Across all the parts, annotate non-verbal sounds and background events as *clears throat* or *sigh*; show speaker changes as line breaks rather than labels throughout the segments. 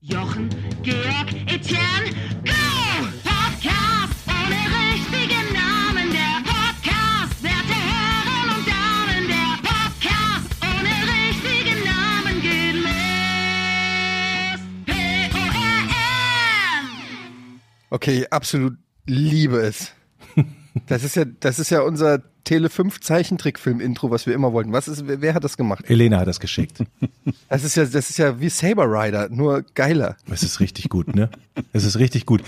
Jochen, Georg, Etienne, go! Podcast ohne richtigen Namen, der Podcast, werte Herren und Damen, der Podcast ohne richtigen Namen geht los. P-O-R-M!
Okay, absolut liebe es. Das ist ja, das ist ja unser Tele 5 Zeichentrickfilm Intro, was wir immer wollten. Was ist, wer wer hat das gemacht?
Elena hat das geschickt.
Das ist ja, das ist ja wie Saber Rider, nur geiler.
Es ist richtig gut, ne? Es ist richtig gut.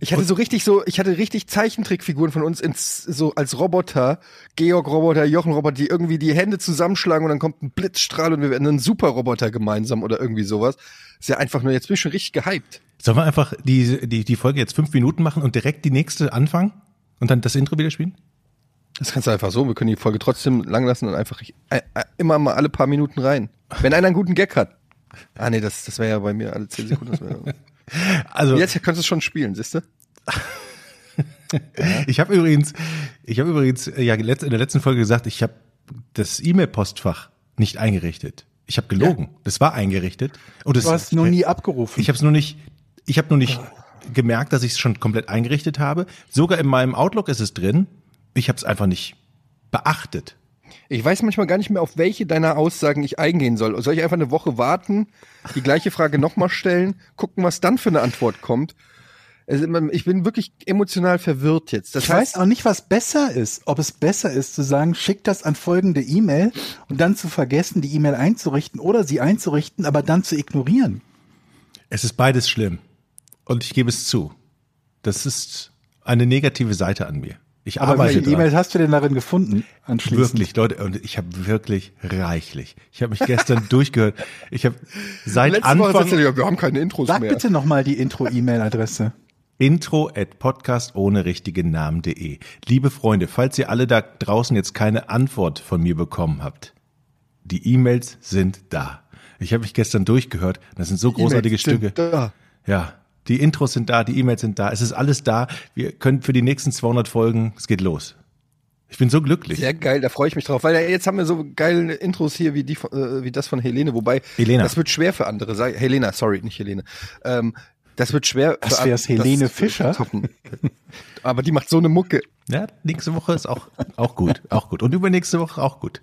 Ich hatte so richtig so, ich hatte richtig Zeichentrickfiguren von uns ins, so als Roboter, Georg Roboter, Jochen Roboter, die irgendwie die Hände zusammenschlagen und dann kommt ein Blitzstrahl und wir werden ein Superroboter gemeinsam oder irgendwie sowas. Ist ja einfach nur, jetzt bin ich schon richtig gehypt.
Sollen wir einfach die, die, die Folge jetzt fünf Minuten machen und direkt die nächste anfangen und dann das Intro wieder spielen?
Das kannst du einfach so, wir können die Folge trotzdem lang lassen und einfach äh, äh, immer mal alle paar Minuten rein. Wenn einer einen guten Gag hat. Ah nee, das, das wäre ja bei mir alle zehn Sekunden. Das
*laughs*
wär,
Also
jetzt kannst du es schon spielen, siehst du?
ich habe übrigens, ich habe übrigens äh, ja letzt- in der letzten Folge gesagt, ich habe das E-Mail-Postfach nicht eingerichtet. Ich habe gelogen. Das war eingerichtet. Und das,
Du hast noch nie abgerufen.
Ich habe es nur nicht, ich habe nur nicht gemerkt, dass ich es schon komplett eingerichtet habe. Sogar in meinem Outlook ist es drin. Ich habe es einfach nicht beachtet.
Ich weiß manchmal gar nicht mehr, auf welche deiner Aussagen ich eingehen soll. Soll ich einfach eine Woche warten, die gleiche Frage nochmal stellen, gucken, was dann für eine Antwort kommt? Also man- ich bin wirklich emotional verwirrt jetzt. Das
ich
heißt,
weiß auch nicht, was besser ist. Ob es besser ist, zu sagen, schick das an folgende E-Mail und dann zu vergessen, die E-Mail einzurichten oder sie einzurichten, aber dann zu ignorieren.
Es ist beides schlimm. Und ich gebe es zu. Das ist eine negative Seite an mir. Ich
Aber
arbeite
welche
dran.
E-Mail hast du denn darin gefunden anschließend?
Wirklich, Leute, und ich habe wirklich reichlich. Ich habe mich gestern *laughs* durchgehört. Ich habe seit
letzte Woche
Anfang
sagst du, ja, wir haben keine Intros
Sag
mehr.
bitte nochmal die Intro-E-Mail-Adresse.
intro at podcast ohne richtigen Namen.de. Liebe Freunde, falls ihr alle da draußen jetzt keine Antwort von mir bekommen habt, die E-Mails sind da. Ich habe mich gestern durchgehört. Das sind so großartige
E-Mails sind
Stücke.
Da.
Ja, die Intros sind da, die E-Mails sind da. Es ist alles da. Wir können für die nächsten 200 Folgen, es geht los. Ich bin so glücklich.
Sehr geil, da freue ich mich drauf, weil äh, jetzt haben wir so geile Intros hier wie die von- äh, wie das von Helene, wobei
Helena.
das wird schwer für andere. Sei, Helena, sorry, nicht Helene. Ähm, das wird schwer.
Das
für
wär's
an-
Helene
das-
Fischer?
toppen. Aber die macht so eine Mucke.
Ja, nächste Woche ist auch, auch gut, auch gut. Und übernächste Woche auch gut.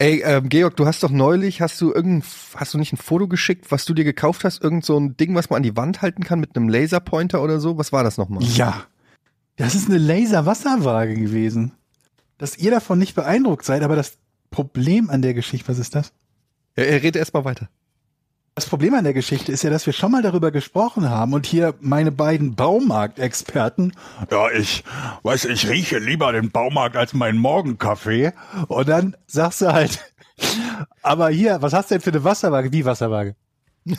Ey, ähm, Georg, du hast doch neulich, hast du irgendein, hast du nicht ein Foto geschickt, was du dir gekauft hast? Irgend so ein Ding, was man an die Wand halten kann mit einem Laserpointer oder so? Was war das nochmal?
Ja. Das ist eine Laser-Wasserwaage gewesen. Dass ihr davon nicht beeindruckt seid, aber das Problem an der Geschichte, was ist das?
Er, er redet erstmal weiter.
Das Problem an der Geschichte ist ja, dass wir schon mal darüber gesprochen haben und hier meine beiden Baumarktexperten, ja, ich weiß, ich rieche lieber den Baumarkt als meinen Morgenkaffee. Und dann sagst du halt, *laughs* aber hier, was hast du denn für eine Wasserwaage? Wie Wasserwaage? *laughs*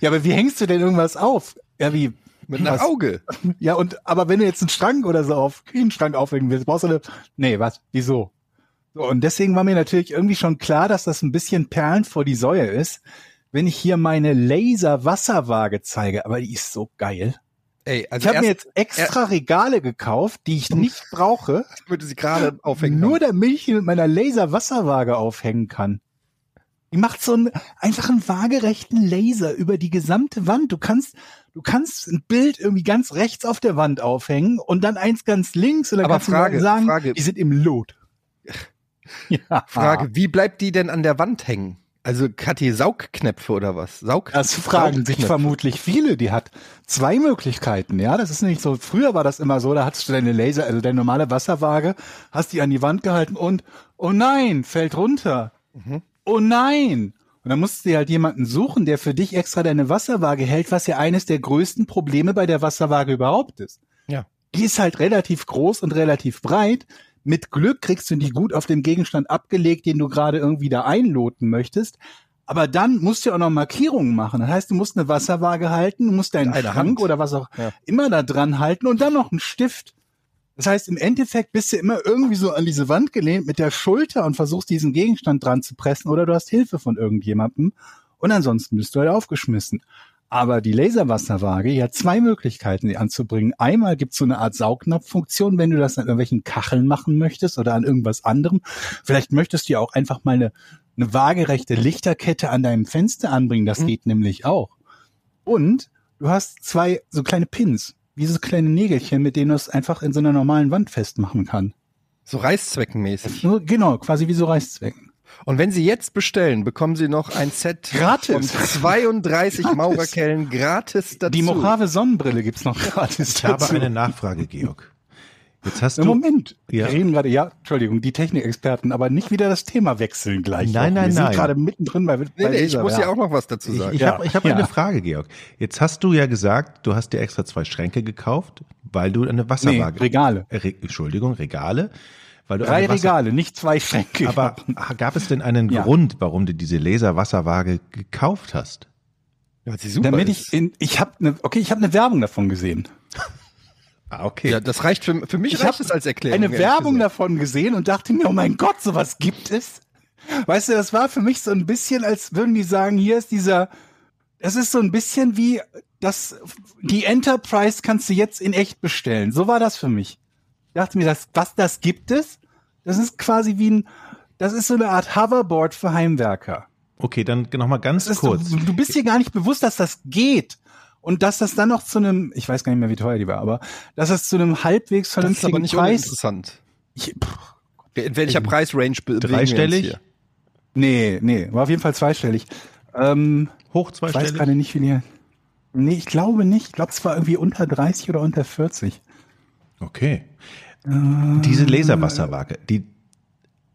ja, aber wie hängst du denn irgendwas auf? Ja, wie?
Mit einem
was?
Auge.
Ja, und aber wenn du jetzt einen Schrank oder so auf einen Schrank aufhängen willst, brauchst du eine. Nee, was? Wieso? So, und deswegen war mir natürlich irgendwie schon klar, dass das ein bisschen Perlen vor die Säue ist, wenn ich hier meine Laser-Wasserwaage zeige. Aber die ist so geil.
Ey, also
Ich habe mir
erst
jetzt extra Regale gekauft,
*laughs*
die ich nicht brauche,
würde sie gerade aufhängen.
nur damit ich die mit meiner Laser-Wasserwaage aufhängen kann. Die macht so einen einfach einen waagerechten Laser über die gesamte Wand. Du kannst, du kannst ein Bild irgendwie ganz rechts auf der Wand aufhängen und dann eins ganz links und dann
Aber
kannst
Frage,
du sagen,
Frage.
die sind im Lot. Ja.
Frage, wie bleibt die denn an der Wand hängen? Also hat die Saugknöpfe oder was? Saug
Das fragen sich
Saugknöpfe.
vermutlich viele. Die hat zwei Möglichkeiten, ja. Das ist nicht so. Früher war das immer so, da hattest du deine Laser, also deine normale Wasserwaage, hast die an die Wand gehalten und, oh nein, fällt runter. Oh nein. Und dann musst du dir halt jemanden suchen, der für dich extra deine Wasserwaage hält, was ja eines der größten Probleme bei der Wasserwaage überhaupt ist.
Ja.
Die ist halt relativ groß und relativ breit. Mit Glück kriegst du die gut auf dem Gegenstand abgelegt, den du gerade irgendwie da einloten möchtest. Aber dann musst du ja auch noch Markierungen machen. Das heißt, du musst eine Wasserwaage halten, du musst deinen
Eine
Schrank
Hand.
oder was auch
Ja.
immer da dran halten und dann noch einen Stift. Das heißt, im Endeffekt bist du immer irgendwie so an diese Wand gelehnt mit der Schulter und versuchst diesen Gegenstand dran zu pressen oder du hast Hilfe von irgendjemandem und ansonsten bist du halt aufgeschmissen. Aber die Laserwasserwaage, die hat zwei Möglichkeiten, die anzubringen. Einmal gibt's so eine Art Saugnapffunktion, wenn du das an irgendwelchen Kacheln machen möchtest oder an irgendwas anderem. Vielleicht möchtest du ja auch einfach mal eine, eine waagerechte Lichterkette an deinem Fenster anbringen.
Mhm.
Das geht nämlich auch. Und du hast zwei so kleine Pins, wie so kleine Nägelchen, mit denen du es einfach in so einer normalen Wand festmachen kann.
So reißzweckenmäßig.
Nur, genau, quasi wie so Reißzwecken.
Und wenn Sie jetzt bestellen, bekommen Sie noch ein Set
Gratis.
von 32
Gratis.
Maurerkellen gratis dazu.
Die Mojave-Sonnenbrille gibt's noch *laughs* gratis.
Ich habe
dazu.
eine Nachfrage, Georg. Jetzt hast
Im
du.
Moment.
Ja.
Wir reden gerade, ja, Entschuldigung, die Technikexperten, aber nicht wieder das Thema wechseln gleich.
Nein,
noch.
nein,
Wir
nein.
sind gerade mittendrin bei, bei
nee, nee, ich
dieser
muss ja
Werbung.
auch noch was dazu
Ich,
sagen.
ich
Ja.
habe ich hab
Ja.
eine Frage, Georg. Jetzt hast du ja gesagt, du hast dir extra zwei Schränke gekauft, weil du eine
Nee,
Wasserwaage.
Regale.
Re Entschuldigung, Regale. Weil du
Drei
eine Wasser-
Regale, nicht zwei Schränke.
Aber gab es denn einen
Ja.
Grund, warum du diese Laserwasserwaage gekauft hast?
Ja, weil sie super
damit
ist.
ich in, ich habe eine, okay, ich habe eine Werbung davon gesehen.
Ah, okay.
ja, das reicht für, für mich
Ich
reicht
habe
es als Erklärung.
eine
ehrlich
Werbung
gesagt.
davon gesehen und dachte mir, oh mein Gott, sowas gibt es. Weißt du, das war für mich so ein bisschen, als würden die sagen, hier ist dieser, das ist so ein bisschen wie das, die Enterprise kannst du jetzt in echt bestellen. So war das für mich. Ich dachte mir, das, was das gibt es? Das ist quasi wie ein, das ist so eine Art Hoverboard für Heimwerker.
Okay, dann nochmal ganz
Das ist,
kurz.
Du, du bist dir gar nicht bewusst, dass das geht. Und dass das dann noch zu einem, ich weiß gar nicht mehr, wie teuer die war, aber dass das zu einem halbwegs
Das ist
vernünftigen
aber nicht
Preis.
uninteressant.
Ich, pff,
In
Ähm,
welcher Preisrange be- bewegen wir uns
Dreistellig?
hier?
nee, nee, war auf jeden Fall zweistellig. Ähm,
Hoch
ich weiß
zweistellig.
gerade nicht, wie die. Nee, ich glaube nicht. Ich glaube, es war irgendwie unter 30 oder unter 40.
Okay.
Äh.
Diese Laserwasserwaage, die,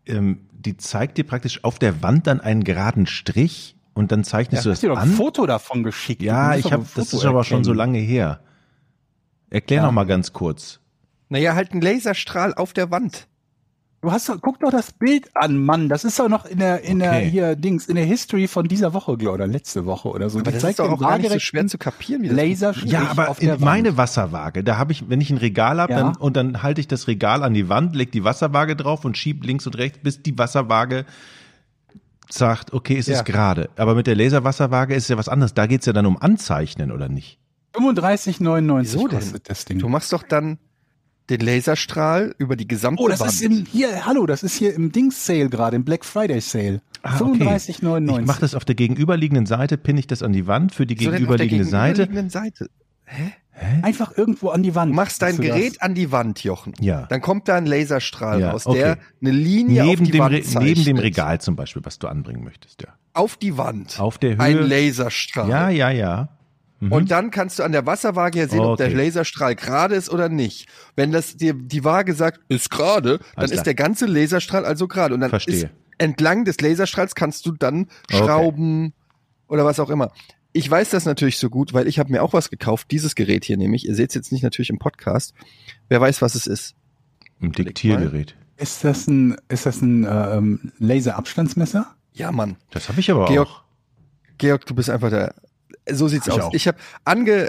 ähm, die zeigt dir praktisch auf der Wand dann einen geraden Strich und dann zeichnest
hast
du
dir
das
doch ein
an.
Foto davon geschickt. Du
Ja,
musst
ich
doch ein
habe. Das
Foto
ist aber schon so
erkennen.
lange her. Erklär noch mal ganz kurz.
Naja, halt ein Laserstrahl auf der Wand.
Du hast doch, guck doch das Bild an, Mann. Das ist doch noch in der, in der
Okay.
hier Dings, in der History von dieser Woche, glaube ich, oder letzte Woche oder so.
Aber das ist doch
den
auch gar nicht so
waagerechten
schwer zu kapieren. Wie das
Laserstrich
Ja, aber
auf
in
der Wand.
meine Wasserwaage, da habe ich, wenn ich ein Regal habe
Ja.
dann, und dann halte ich das Regal an die Wand, leg die Wasserwaage drauf und schieb links und rechts, bis die Wasserwaage sagt, okay, es
Ja.
ist gerade. Aber mit der Laserwasserwaage ist ja was anderes. Da geht's ja dann um Anzeichnen, oder nicht?
35,99
Wieso denn?
kostet das
Du
Ding.
machst doch dann den Laserstrahl über die gesamte
Oh, das
Wand.
ist im, hier, hallo, das ist hier im Dings-Sale gerade, im Black Friday-Sale.
Ah, okay.
35,99.
Ich mache das auf der gegenüberliegenden Seite, pinne ich das an die Wand für die
Wieso denn auf der
gegenüberliegende Seite.
gegenüberliegenden Seite.
Einfach irgendwo an die Wand.
Du machst dein
Hast du
Gerät an die Wand, Jochen.
Ja.
Dann kommt da ein Laserstrahl
Ja,
raus,
okay.
der eine Linie auf
Neben
die
dem,
Wand
Re- neben
zeichnet.
dem Regal zum Beispiel, was du anbringen möchtest, ja.
Auf die Wand.
Auf der Höhe.
Ein Laserstrahl.
Ja, ja, ja. Mhm.
Und dann kannst du an der Wasserwaage ja sehen, ob der
Okay.
Laserstrahl gerade ist oder nicht. Wenn das dir die Waage sagt, ist gerade, dann
Alles
ist
klar.
der ganze Laserstrahl also gerade. Und dann
Verstehe.
ist entlang des Laserstrahls kannst du dann
Ah,
Okay.
schrauben oder was auch immer. Ich weiß das natürlich so gut, weil ich habe mir auch was gekauft. Dieses Gerät hier nämlich. Ihr seht es jetzt nicht natürlich im Podcast. Wer weiß, was es ist.
Ein Diktiergerät.
das? Ist das ein, ist das ein äh, ähm, Laserabstandsmesser?
Ja, Mann.
Das habe ich aber
Georg,
auch.
Georg, du bist einfach da. So sieht's
Hab ich
aus.
auch.
Ich, hab habe ange,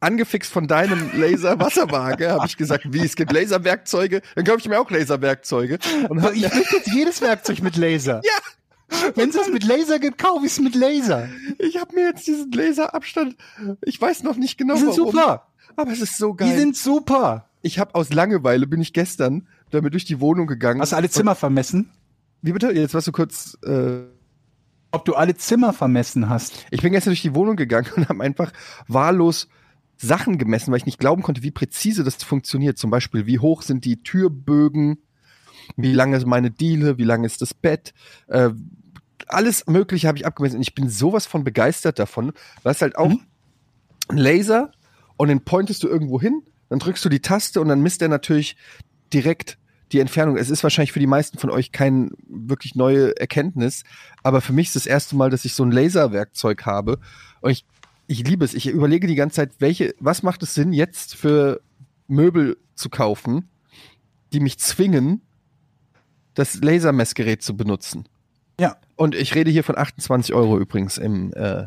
angefixt von deinem Laser-Wasserwaage, habe ich gesagt, wie es gibt Laserwerkzeuge, dann kaufe ich mir auch Laserwerkzeuge. Und hab, *laughs*
Ich möchte jetzt jedes Werkzeug mit Laser. Ja. Wenn es mit Laser gibt, kaufe ich es mit Laser.
ich habe mir jetzt diesen Laserabstand, ich weiß noch nicht genau
Die sind
warum,
super.
aber es ist so geil.
Die sind super.
ich habe aus Langeweile, bin ich gestern damit durch die Wohnung gegangen.
Hast du alle Zimmer vermessen?
Wie bitte? Jetzt warst du kurz... Äh,
Ob du alle Zimmer vermessen hast?
Ich bin gestern durch die Wohnung gegangen und habe einfach wahllos Sachen gemessen, weil ich nicht glauben konnte, wie präzise das funktioniert. Zum Beispiel, wie hoch sind die Türbögen, wie lang ist meine Diele, wie lang ist das Bett. Äh, alles Mögliche habe ich abgemessen und ich bin sowas von begeistert davon. Du hast halt auch einen Laser und den pointest du irgendwo hin, dann drückst du die Taste und dann misst er natürlich direkt die Entfernung. Es ist wahrscheinlich für die meisten von euch keine wirklich neue Erkenntnis, aber für mich ist das erste Mal, dass ich so ein Laserwerkzeug habe. Und ich, ich liebe es. Ich überlege die ganze Zeit, welche, was macht es Sinn, jetzt für Möbel zu kaufen, die mich zwingen, das Lasermessgerät zu benutzen.
Ja.
Und ich rede hier von 28 Euro übrigens im äh,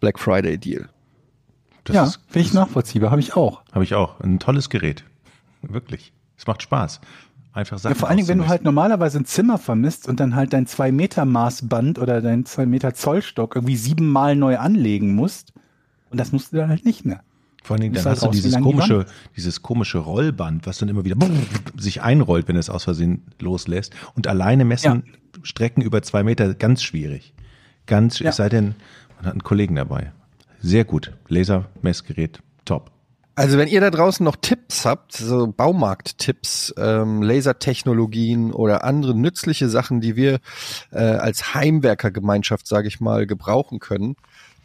Black Friday Deal.
Das
ja,
ist-
finde ich nachvollziehbar. Habe ich auch.
Habe ich auch. Ein tolles Gerät. Wirklich. Es macht Spaß. Einfach
Ja,
Sachen.
vor allen Dingen, wenn du
auszumessen.
halt normalerweise ein Zimmer vermisst und dann halt dein 2-Meter-Maßband oder dein 2-Meter-Zollstock irgendwie siebenmal neu anlegen musst. Und das musst du dann halt nicht mehr.
Vor allen Dingen, dann
Ist dann
hast du
raus, wie
dieses
lang die
komische, dieses komische Rollband, was dann immer wieder *laughs* sich einrollt, wenn du es aus Versehen loslässt. Und alleine messen Strecken über zwei Meter ganz schwierig. Ganz,
Ja.
es sei denn, man hat einen Kollegen dabei. Sehr gut. Laser, Messgerät, top.
Also wenn ihr da draußen noch Tipps habt, so Baumarkt-Tipps, ähm, Lasertechnologien oder andere nützliche Sachen, die wir äh, als Heimwerkergemeinschaft, sage ich mal, gebrauchen können,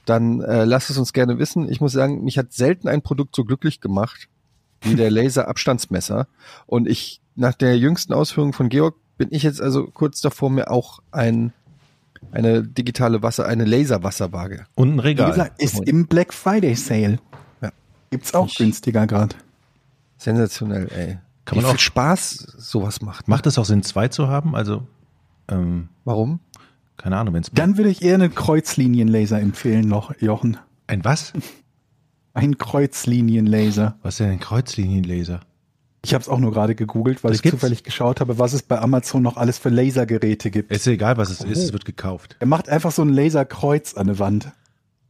dann äh, lasst es uns gerne wissen. Ich muss sagen, mich hat selten ein Produkt so glücklich gemacht wie
*laughs*
der Laser-Abstandsmesser. Und ich, nach der jüngsten Ausführung von Georg, bin ich jetzt also kurz davor, mir auch ein, eine digitale Wasser, eine Laserwasserwaage.
Und ein
Wie
Regal.
gesagt, ist im Black Friday Sale.
Ja.
Gibt's auch günstiger gerade.
Sensationell, ey.
Kann
Wie
man
viel
auch-
Spaß sowas macht.
Macht es auch Sinn, zwei zu haben? Also, ähm,
Warum?
keine Ahnung, wenn es
Dann würde ich eher einen Kreuzlinienlaser empfehlen, noch Jochen.
ein was?
Ein Kreuzlinienlaser.
Was ist denn ein Kreuzlinienlaser?
Ich habe es auch nur gerade gegoogelt, weil
Das
ich
gibt's?
zufällig geschaut habe, was es bei Amazon noch alles für Lasergeräte gibt.
Ist egal, was es
Oh.
ist, es wird gekauft.
er macht einfach so ein Laserkreuz an der Wand.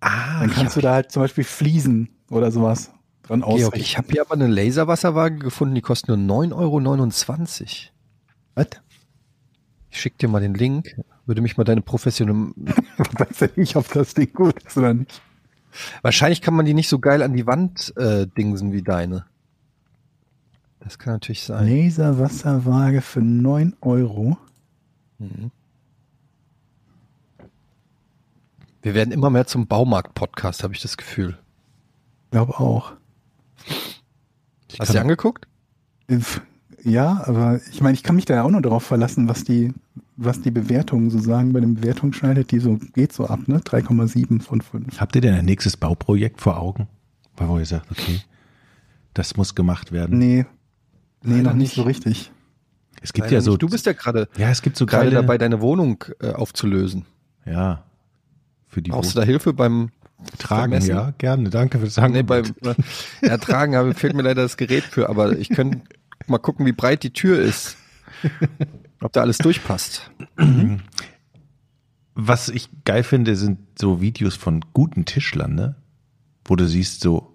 Ah,
Dann kannst du da halt zum Beispiel Fliesen oder sowas dran
Georg,
ausrichten.
ich
*laughs*
habe hier aber eine Laserwasserwaage gefunden, die kostet nur 9,29 Euro.
Was?
Ich schick dir mal den Link. Würde mich mal deine professionelle.
Weiß ja nicht, ob das Ding gut ist oder nicht.
Wahrscheinlich kann man die nicht so geil an die Wand äh, dingsen wie deine. Das kann natürlich sein.
Laserwasserwaage für 9 Euro.
Wir werden immer mehr zum Baumarkt-Podcast, habe ich das Gefühl.
Glaube auch.
Hast du dir angeguckt?
If- Ja, aber ich meine, ich kann mich da ja auch nur darauf verlassen, was die, was die Bewertungen so sagen. Bei den Bewertungen schneidet die so, geht so ab, ne? 3,7 von 5.
Habt ihr denn ein nächstes Bauprojekt vor Augen? Weil wo ihr sagt, okay, das muss gemacht werden.
Nee. Nee,
Leider
noch nicht
nicht.
so richtig.
Es gibt
Leider
ja so.
nicht. Du bist ja gerade
ja, es gibt so
gerade
geile,
dabei, deine Wohnung äh, aufzulösen.
Ja. Für die
Brauchst du da Hilfe beim
Tragen,
beim Messen?
ja, gerne. Danke fürs Sagen.
Nee, beim *laughs* Ertragen habe, fehlt mir leider das Gerät für, aber ich könnte mal gucken, wie breit die Tür ist. Ob da alles durchpasst.
Was ich geil finde, sind so Videos von guten Tischlern, ne? Wo du siehst so,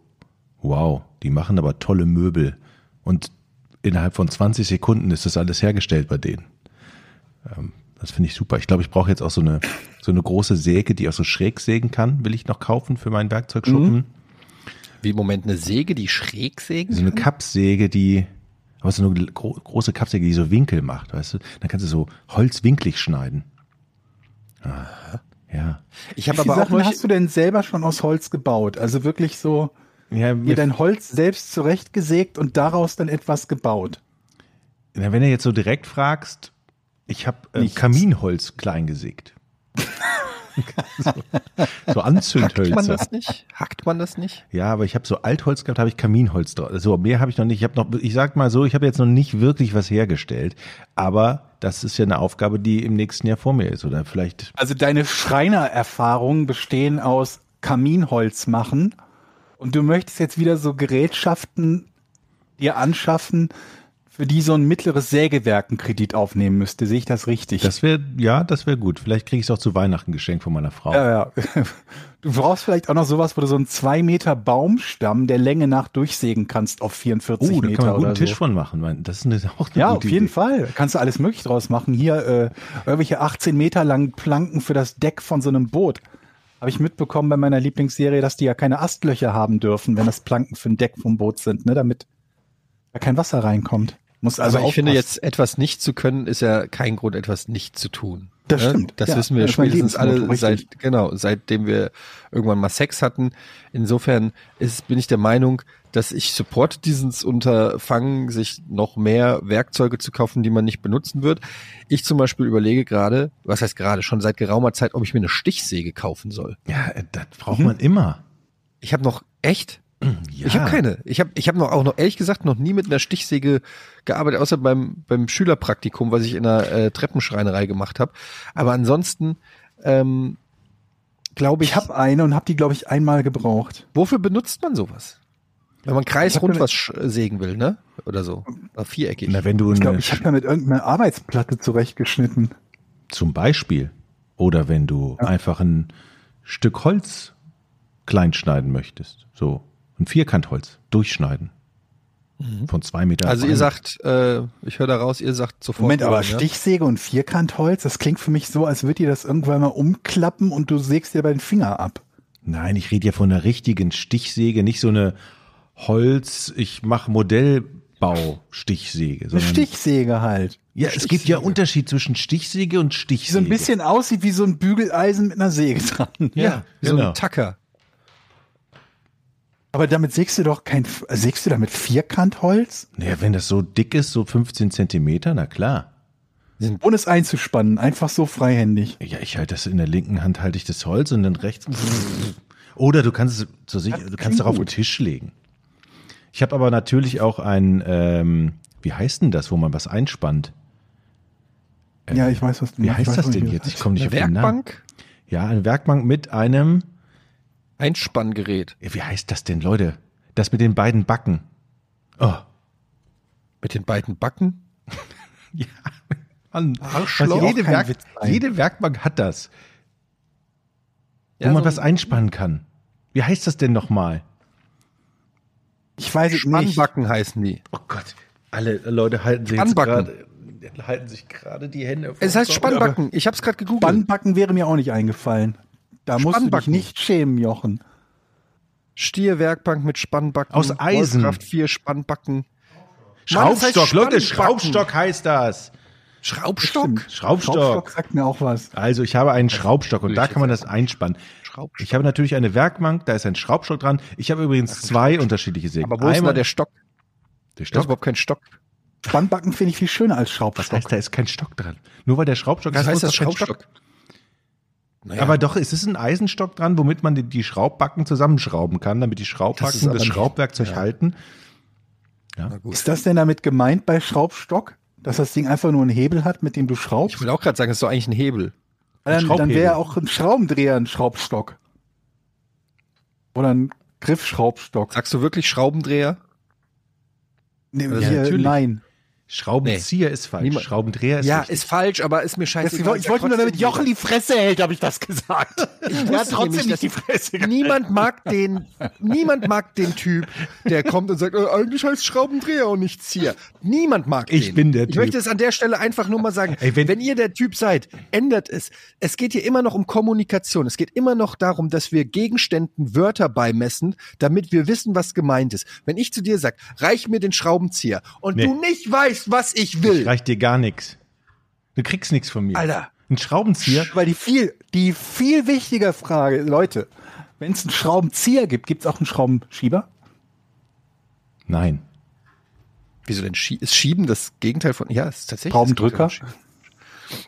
wow, die machen aber tolle Möbel. Und innerhalb von 20 Sekunden ist das alles hergestellt bei denen. Ähm, das finde ich super. Ich glaube, ich brauche jetzt auch so eine, so eine große Säge, die auch so schräg sägen kann, will ich noch kaufen für meinen Werkzeugschuppen.
Wie im Moment eine Säge, die schräg sägen?
So eine Kappsäge, die, aber so eine gro große Kappsäge, die so Winkel macht, weißt du? Dann kannst du so holzwinklig schneiden. Ah, ja.
Ich habe
Wie
aber
viele
auch
Sachen
neulich-
hast du denn selber schon aus Holz gebaut? Also wirklich so,
Ja,
dir
mir,
dein Holz selbst zurechtgesägt und daraus dann etwas gebaut.
na, wenn du jetzt so direkt fragst, ich habe äh,
Nichts.
Kaminholz klein gesägt. *laughs* so, so
Hackt man
Anzündhölzer.
das nicht? Hackt man das nicht?
Ja, aber ich habe so Altholz gehabt, habe ich Kaminholz drauf. So, mehr habe ich noch nicht. Ich habe noch, ich sag mal so, ich habe jetzt noch nicht wirklich was hergestellt. Aber das ist ja eine Aufgabe, die im nächsten Jahr vor mir ist. Oder vielleicht
Also deine Schreinererfahrungen bestehen aus Kaminholz machen und du möchtest jetzt wieder so Gerätschaften dir anschaffen, für die so ein mittleres Sägewerk einen Kredit aufnehmen müsste. Sehe ich das richtig?
Das wäre, ja, das wäre gut. Vielleicht kriege ich es auch zu Weihnachten geschenkt von meiner Frau.
Ah ja, *laughs* ja. Du brauchst vielleicht auch noch sowas, wo du so einen 2 Meter Baumstamm der Länge nach durchsägen kannst auf 44
oh, da
Meter
kann man einen
oder
guten
so.
Tisch von machen. Mann. Das ist eine, *laughs* auch eine
Ja,
gute
auf jeden
Idee.
Fall. Kannst du alles mögliche draus machen. Hier äh, irgendwelche 18 Meter langen Planken für das Deck von so einem Boot. Habe ich mitbekommen bei meiner Lieblingsserie, dass die ja keine Astlöcher haben dürfen, wenn das Planken für ein Deck vom Boot sind, ne? damit da kein Wasser reinkommt. Muss also
Also ich finde
aufpassen.
jetzt etwas nicht zu können, ist ja kein Grund, etwas nicht zu tun.
Das
Ne?
stimmt.
Das
Ja,
wissen wir
das ist mein
spätestens alle
Lebensmotto, richtig.
seit, genau, seitdem wir irgendwann mal Sex hatten. Insofern ist, bin ich der Meinung, dass ich supporte dieses Unterfangen, sich noch mehr Werkzeuge zu kaufen, die man nicht benutzen wird. Ich zum Beispiel überlege gerade, was heißt gerade, schon seit geraumer Zeit, ob ich mir eine Stichsäge kaufen soll.
Ja, äh, das braucht man immer.
Ich habe noch echt
Ja.
ich habe keine. Ich habe ich hab noch auch noch ehrlich gesagt noch nie mit einer Stichsäge gearbeitet, außer beim beim Schülerpraktikum, was ich in einer äh, Treppenschreinerei gemacht habe. Aber ansonsten ähm, glaube ich,
Ich habe eine und habe die, glaube ich, einmal gebraucht.
wofür benutzt man sowas? Wenn man kreisrund
Ich hab-
was sch- sägen will, ne? Oder so. Oder viereckig.
Na, wenn du
Ich glaube,
eine,
ich habe mir mit irgendeiner Arbeitsplatte zurechtgeschnitten.
zum Beispiel, oder wenn du einfach ein Stück Holz klein schneiden möchtest, so Ein Vierkantholz durchschneiden.
Mhm.
Von zwei Meter.
Also
auf
ihr
einmal.
sagt, äh, ich höre da raus, ihr sagt sofort. ne?
Moment, aber
Bogen, ja?
Stichsäge und Vierkantholz, das klingt für mich so, als würdet ihr das irgendwann mal umklappen und du sägst dir bei den Finger ab.
Nein, ich rede ja von einer richtigen Stichsäge, nicht so eine Holz, ich mache Modellbau-Stichsäge.
Eine
sondern-
Stichsäge halt.
Ja, es gibt ja Unterschied zwischen Stichsäge und Stichsäge.
Die so ein bisschen aussieht wie so ein Bügeleisen mit einer Säge dran.
Ja,
Ja, wie so
genau.
ein Tacker.
Aber damit sägst du doch kein, sägst du damit Vierkantholz?
Naja, wenn das so dick ist, so 15 Zentimeter, na klar.
Ohne es einzuspannen, einfach so freihändig.
Ja, ich halte das in der linken Hand, halte ich das Holz und dann *laughs* rechts. Oder du kannst es zur Sicht, du kannst
klingt
darauf den
gut.
Tisch legen. Ich habe aber natürlich auch ein, ähm, wie heißt denn das, wo man was einspannt?
ja, ich weiß, was du
Äh, Wie
meinst. Ich
heißt
weiß,
das
was
denn
du
jetzt? Ich
meinst.
komme nicht
Eine
auf den Namen.
Werkbank,
Ja, eine Werkbank mit einem,
Einspanngerät
wie heißt das denn, Leute? Das mit den beiden Backen. Oh,
mit den beiden Backen.
ja. Mann,
Arschloch.
jede,
Kein
Werk,
Witz sein.
jede Werkbank hat das, wo
Ja,
man
so
was einspannen kann. Wie heißt das denn nochmal?
Ich weiß es nicht.
Spannbacken heißen die.
Oh Gott, alle Leute halten sich
Spannbacken.
gerade- äh, halten sich gerade die Hände vor.
Es heißt Spannbacken. Ich habe es gerade gegoogelt.
Spannbacken wäre mir auch nicht eingefallen. Da musst du dich
Spannbacken.
nicht schämen, Jochen.
Stierwerkbank mit Spannbacken.
Aus Eisen.
Wolfkraft 4 Spannbacken.
Schraubstock,
Mann, das heißt
Leute,
Spannbacken.
Schraubstock heißt das.
Schraubstock?
Schraubstock.
sagt mir auch was.
Also ich habe einen Schraubstock und da kann man das einspannen.
Schraubstock.
Ich habe natürlich eine Werkbank, da ist ein Schraubstock dran. Ich habe übrigens zwei unterschiedliche Sägen.
Aber wo ist
Einmal-
da der Stock?
der
Das ist
Stock?
überhaupt kein Stock.
Spannbacken finde ich viel schöner als
Was
Schraubstock.
heißt, da ist kein Stock dran? Nur weil der Schraubstock
Was heißt
muss
das
doch kein
Schraubstock? Naja,
Aber doch, es ist ein Eisenstock dran, womit man die, die Schraubbacken zusammenschrauben kann, damit die
Das ist
Schraubbacken
aber
das,
nicht-
Schraubwerkzeug halten.
Ist das denn damit gemeint bei Schraubstock? Dass das Ding einfach nur einen Hebel hat, mit dem du
ich
schraubst?
wollte auch gerade sagen, das ist doch eigentlich ein Hebel.
Dann, dann
Schraubhebel.
wäre ja auch ein Schraubendreher ein Schraubstock. Oder ein Griffschraubstock.
Sagst du wirklich Schraubendreher?
Nee,
ja, natürlich.
nein.
Schraubenzieher ist falsch,
Niemand-
Schraubendreher ist richtig.
falsch, aber ist mir
Das, ich, ich wollte nur damit Jochen die Fresse hält, habe ich das gesagt.
*laughs* Ich
Der
wusste
hat trotzdem
nämlich,
nicht die
dass-
Fresse gehalten.
*laughs* Niemand mag den, niemand mag den Typ, der kommt und sagt, äh, eigentlich heißt Schraubendreher und nicht Zier. Niemand mag
Ich
den.
bin der
Ich
Typ.
möchte es an der Stelle einfach nur mal sagen.
Ey, wenn-
wenn, ihr der Typ seid, ändert es. Es geht hier immer noch um Kommunikation. Es geht immer noch darum, dass wir Gegenständen Wörter beimessen, damit wir wissen, was gemeint ist. Wenn ich zu dir sag, reich mir den Schraubenzieher und
Nee.
du nicht weißt, was ich will.
Ich reich dir gar nichts. Du kriegst nichts von mir.
Alter.
Ein Schraubenzieher?
Weil die viel, die viel wichtigere Frage, Leute, wenn es einen Schraubenzieher gibt, gibt es auch einen Schraubenschieber?
Nein.
Wieso denn Schie ist Schieben das Gegenteil von ja, ist tatsächlich
Schraubendrücker?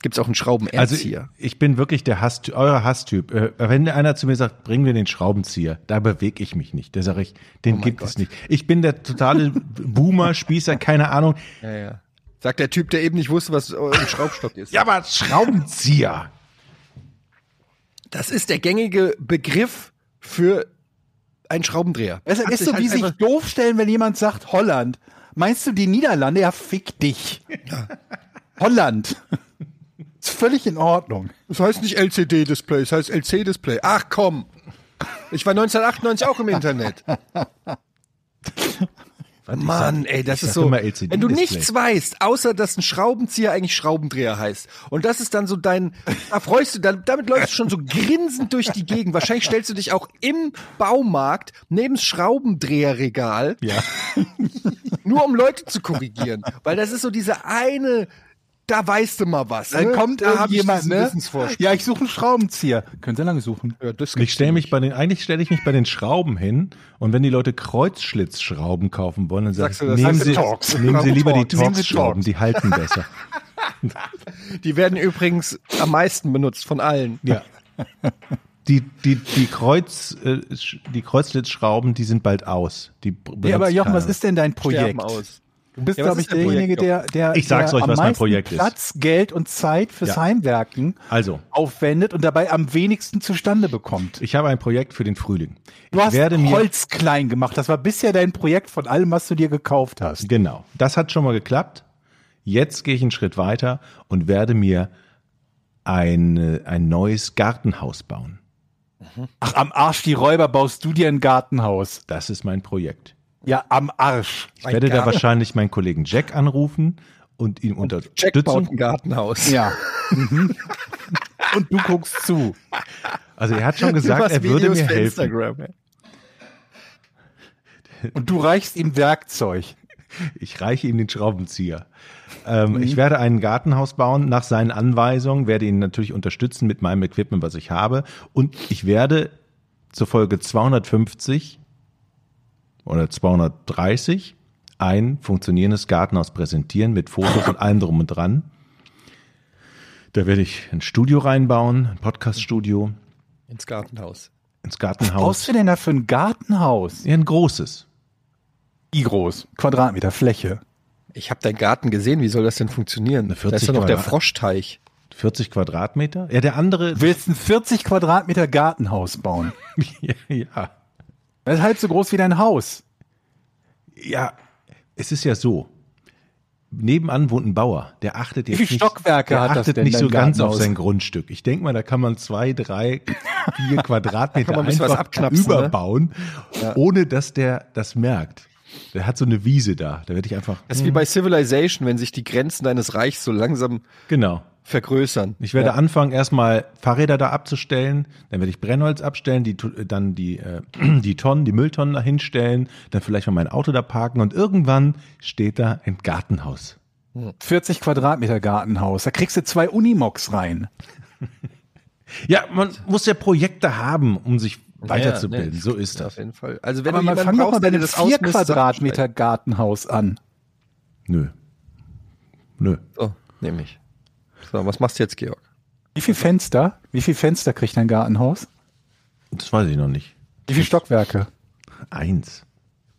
Gibt es auch einen Schraubenernzieher?
Also ich bin wirklich der Hass, euer Hasstyp. Äh, wenn einer zu mir sagt, bring mir den Schraubenzieher, da bewege ich mich nicht. Da sage ich, den gibt es nicht. Ich bin der totale Boomer, Spießer, keine Ahnung.
Ja, ja. Sagt der Typ, der eben nicht wusste, was äh, ein Schraubstock ist.
Ja, aber Schraubenzieher.
Das ist der gängige Begriff für einen Schraubendreher.
Es
Hat
ist so,
halt
wie sich
einfach-
doof stellen, wenn jemand sagt Holland. Meinst du die Niederlande? Ja, fick dich. Holland. *laughs* Ist völlig in Ordnung.
Das heißt nicht LCD-Display, es heißt LC-Display. Ach komm. Ich war 1998 auch im Internet. Mann, ey, das
sag
ist so.
immer LCD
wenn du
Display.
nichts weißt, außer dass ein Schraubenzieher eigentlich Schraubendreher heißt, und das ist dann so dein, da freust du, da- damit läufst du schon so grinsend durch die Gegend. Wahrscheinlich stellst du dich auch im Baumarkt neben das Schraubendreherregal,
Ja.
nur um Leute zu korrigieren, weil das ist so diese eine. Da weißt du mal was.
Dann
ne?
kommt
da hab ich
irgendjemand,
diesen
ne?
Wissensvorsprung.
Ja, ich suche einen Schraubenzieher. Können Sie lange suchen.
Ja, das
Ich stelle mich bei den, eigentlich stelle ich mich bei den Schrauben hin und wenn die Leute Kreuzschlitzschrauben kaufen wollen, dann sage ich,
Sagst du das?
nehmen
Sagst du
Sie,
Torx.
nehmen Sie lieber die
Torx. Nehmen Sie
Torx-Schrauben,
Torx.
die halten besser.
Die werden übrigens am meisten benutzt von allen.
Ja. *laughs* Die, die, die, Kreuz, äh, sch- die Kreuzschlitzschrauben, die sind bald aus. Die b- benutzt
Ja, aber Jochen,
keiner.
was ist denn dein
Sterben
Projekt?
aus.
Du bist,
Ja, was
glaube ich,
ist dein
derjenige,
Projekt, Jochen?
der, der,
Ich sag's
der
euch,
am
was mein
meisten
Projekt ist.
Platz, Geld und Zeit fürs
Ja.
Heimwerken
Also.
aufwendet und dabei am wenigsten zustande bekommt.
Ich habe ein Projekt für den Frühling.
Du
ich
hast
werde mir
Holz klein gemacht. Das war bisher dein Projekt von allem, was du dir gekauft hast.
Genau. Das hat schon mal geklappt. Jetzt gehe ich einen Schritt weiter und werde mir ein, ein neues Gartenhaus bauen.
Ach, am Arsch, die Räuber baust du dir ein Gartenhaus.
Das ist mein Projekt.
Ja, am Arsch.
Ich werde da wahrscheinlich meinen Kollegen Jack anrufen und ihn
Jack baut ein
unterstützen.
Gartenhaus. *laughs*
Ja. Mhm. Und du guckst zu.
Also er
*laughs*
hat schon gesagt,
Übers
er würde
Videos
mir
für
helfen.
Instagram, ey.
Und du reichst ihm Werkzeug.
Ich reiche ihm den Schraubenzieher. Ähm,
Mhm.
Ich werde ein Gartenhaus bauen nach seinen Anweisungen, werde ihn natürlich unterstützen mit meinem Equipment, was ich habe. Und ich werde zur Folge 250 oder 230 ein funktionierendes Gartenhaus präsentieren mit Fotos und allem drum und dran. Da werde ich ein Studio reinbauen, ein Podcast-Studio,
Ins Gartenhaus.
ins Gartenhaus.
Brauchst du denn da für ein Gartenhaus?
Ja, ein großes.
I groß, Quadratmeter Fläche.
Ich habe deinen Garten gesehen, wie soll das denn funktionieren?
Na,
da
40
ist doch noch der
Quadrat.
Froschteich.
40 Quadratmeter? Ja, der andere.
*laughs* Willst ein 40 Quadratmeter Gartenhaus bauen?
*laughs* ja, ja.
Das ist halb so groß wie dein Haus.
Ja, es ist ja so. Nebenan wohnt ein Bauer, der achtet jetzt
viele
nicht,
Stockwerke
der
hat das
achtet
denn,
nicht so
dein
ganz auf
Gartenhaus?
sein Grundstück. Ich denke mal, da kann man zwei, drei,
*laughs*
vier Quadratmeter
Kann man ein bisschen was
einfach
abknapsen, ne?
überbauen, ohne dass der das merkt. Der hat so eine Wiese da. Da werde ich einfach.
Das ist wie bei Civilization, wenn sich die Grenzen deines Reichs so langsam
Genau.
vergrößern.
Ich werde anfangen, erstmal Fahrräder da abzustellen, dann werde ich Brennholz abstellen, die, tu- dann die, äh, *clears throat* die Tonnen, die Mülltonnen da hinstellen, dann vielleicht mal mein Auto da parken und irgendwann steht da ein Gartenhaus.
40 Quadratmeter Gartenhaus. Da kriegst du zwei Unimogs rein.
Ja, man muss ja Projekte haben, um sich weiterzubilden.
Ja, nee,
so ist
Auf
das.
jeden Fall. Also wenn
Aber
du
man
jemanden
fang doch mal
brauchst,
bei
der
einem
dir das ausmisst,
4
sag Bescheid.
Quadratmeter Gartenhaus an.
Nö. Nö.
So, Oh, nehme ich. So, was machst du jetzt, Georg?
Wie viel Fenster? Wie viel Fenster kriegt dein Gartenhaus?
Das weiß ich noch nicht.
Wie viel Stockwerke?
Eins.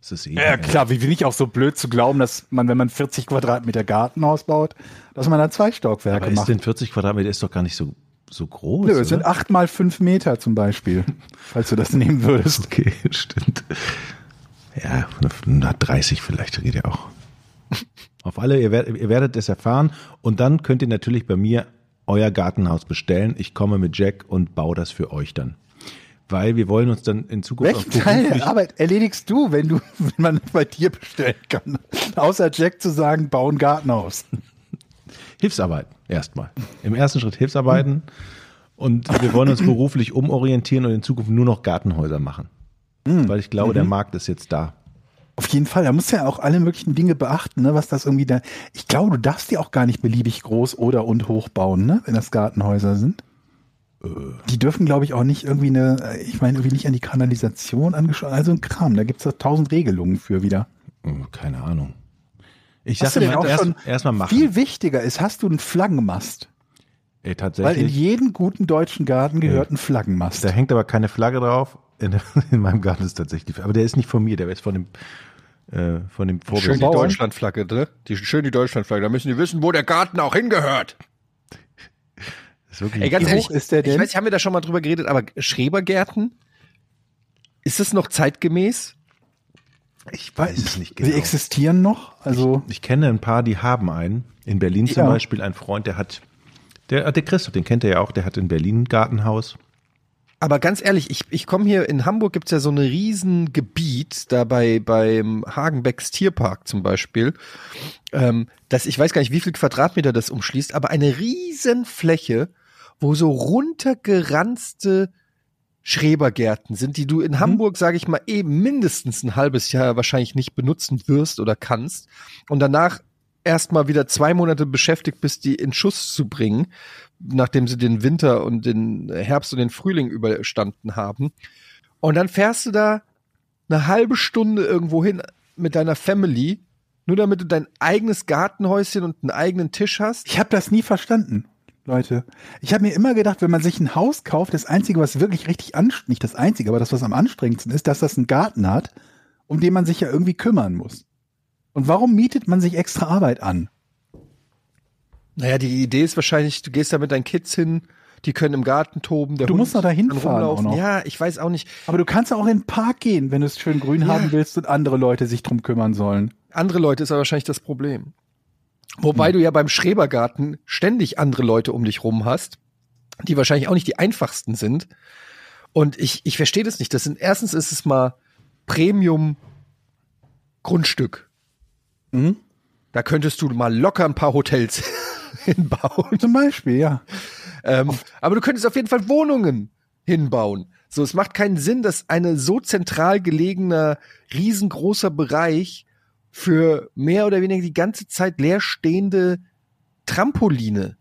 Das ist eh.
Ja, klar, wie bin ich auch so blöd zu glauben, dass man, wenn man 40 Quadratmeter Gartenhaus baut, dass man da zwei
Aber
Stockwerke
ist
macht.
denn 40 Quadratmeter ist doch gar nicht so, so groß.
Nö, es sind
oder?
acht mal fünf Meter zum Beispiel, falls du das *laughs* nehmen
*laughs*
würdest.
Okay, stimmt. Ja, 130 vielleicht geht ja auch. Auf alle, ihr, werdet- ihr werdet es erfahren. Und dann könnt ihr natürlich bei mir euer Gartenhaus bestellen. Ich komme mit Jack und baue das für euch dann. Weil wir wollen uns dann in Zukunft
Welchen Teil der Arbeit erledigst du, wenn du, *laughs* wenn man bei dir bestellen kann? Außer Jack zu sagen, bau ein Gartenhaus.
Hilfsarbeit erstmal. Im ersten Schritt Hilfsarbeiten. Und wir wollen uns beruflich umorientieren und in Zukunft nur noch Gartenhäuser machen.
Hm.
Weil ich glaube, der
Mhm.
Markt ist jetzt da.
Auf jeden Fall, da musst du ja auch alle möglichen Dinge beachten, ne, was das irgendwie da. Ich glaube, du darfst die auch gar nicht beliebig groß oder und hoch bauen, ne, wenn das Gartenhäuser sind.
Äh.
Die dürfen, glaube ich, auch nicht irgendwie eine, ich meine, irgendwie nicht an die Kanalisation angeschlossen. Also ein Kram, da gibt es tausend Regelungen für wieder.
Hm, Keine Ahnung. Ich
Hast
sage
du denn
mal,
auch
erst,
schon
erstmal machen.
Viel wichtiger ist, hast du einen Flaggenmast?
Ey,
Weil in
tatsächlich.
jeden guten deutschen Garten gehört ein Flaggenmast.
Da hängt aber keine Flagge drauf. In, *laughs* in meinem Garten ist tatsächlich. Aber der ist nicht von mir, der ist von dem, äh, von dem
Schön die
Vorbild.
Deutschlandflagge, ne? Die, schön die Deutschlandflagge. Da müssen die wissen, wo der Garten auch hingehört.
Ist wirklich-
Ey, ganz
Wie
ehrlich,
hoch ist der
ich
denn?
weiß, haben wir da schon mal drüber geredet, aber Schrebergärten, ist das noch zeitgemäß?
ich weiß es nicht
Sie
genau.
existieren noch, also
Ich kenne ein paar, die haben einen. In Berlin zum
Ja.
Beispiel ein Freund, der hat, der, der Christoph, den kennt er ja auch, der hat in Berlin ein Gartenhaus.
Aber ganz ehrlich, ich, ich komme hier, in Hamburg gibt's ja so ein riesen Gebiet, da bei, beim Hagenbecks Tierpark zum Beispiel, ähm, das, ich weiß gar nicht, wie viel Quadratmeter das umschließt, aber eine riesen Fläche, wo so runtergeranzte Schrebergärten sind, die du in Hamburg, sage ich mal, eben mindestens ein halbes Jahr wahrscheinlich nicht benutzen wirst oder kannst und danach erstmal wieder zwei Monate beschäftigt bist, die in Schuss zu bringen, nachdem sie den Winter und den Herbst und den Frühling überstanden haben. Und dann fährst du da eine halbe Stunde irgendwo hin mit deiner Family, nur damit du dein eigenes Gartenhäuschen und einen eigenen Tisch hast.
Ich habe das nie verstanden, Leute. Ich habe mir immer gedacht, wenn man sich ein Haus kauft, das Einzige, was wirklich richtig anstrengend, nicht das Einzige, aber das, was am anstrengendsten ist, dass das einen Garten hat, um den man sich ja irgendwie kümmern muss. Und warum mietet man sich extra Arbeit an?
Naja, die Idee ist wahrscheinlich, du gehst da mit deinen Kids hin, die können im Garten toben. Der
Du
Hund
musst noch da
kann
hinfahren auch
rumlaufen.
noch.
Ja, ich weiß auch nicht.
Aber du kannst ja auch in den Park gehen, wenn du es schön grün
Ja.
haben willst und andere Leute sich drum kümmern sollen.
Andere Leute ist aber wahrscheinlich das Problem. Wobei du ja beim Schrebergarten ständig andere Leute um dich rum hast, die wahrscheinlich auch nicht die einfachsten sind. Und ich, ich verstehe das nicht. Das sind, erstens ist es mal Premium-Grundstück. Da könntest du mal locker ein paar Hotels *laughs* hinbauen.
Zum Beispiel, ja.
Ähm, aber du könntest auf jeden Fall Wohnungen hinbauen. So, es macht keinen Sinn, dass eine so zentral gelegener, riesengroßer Bereich für mehr oder weniger die ganze Zeit leerstehende Trampoline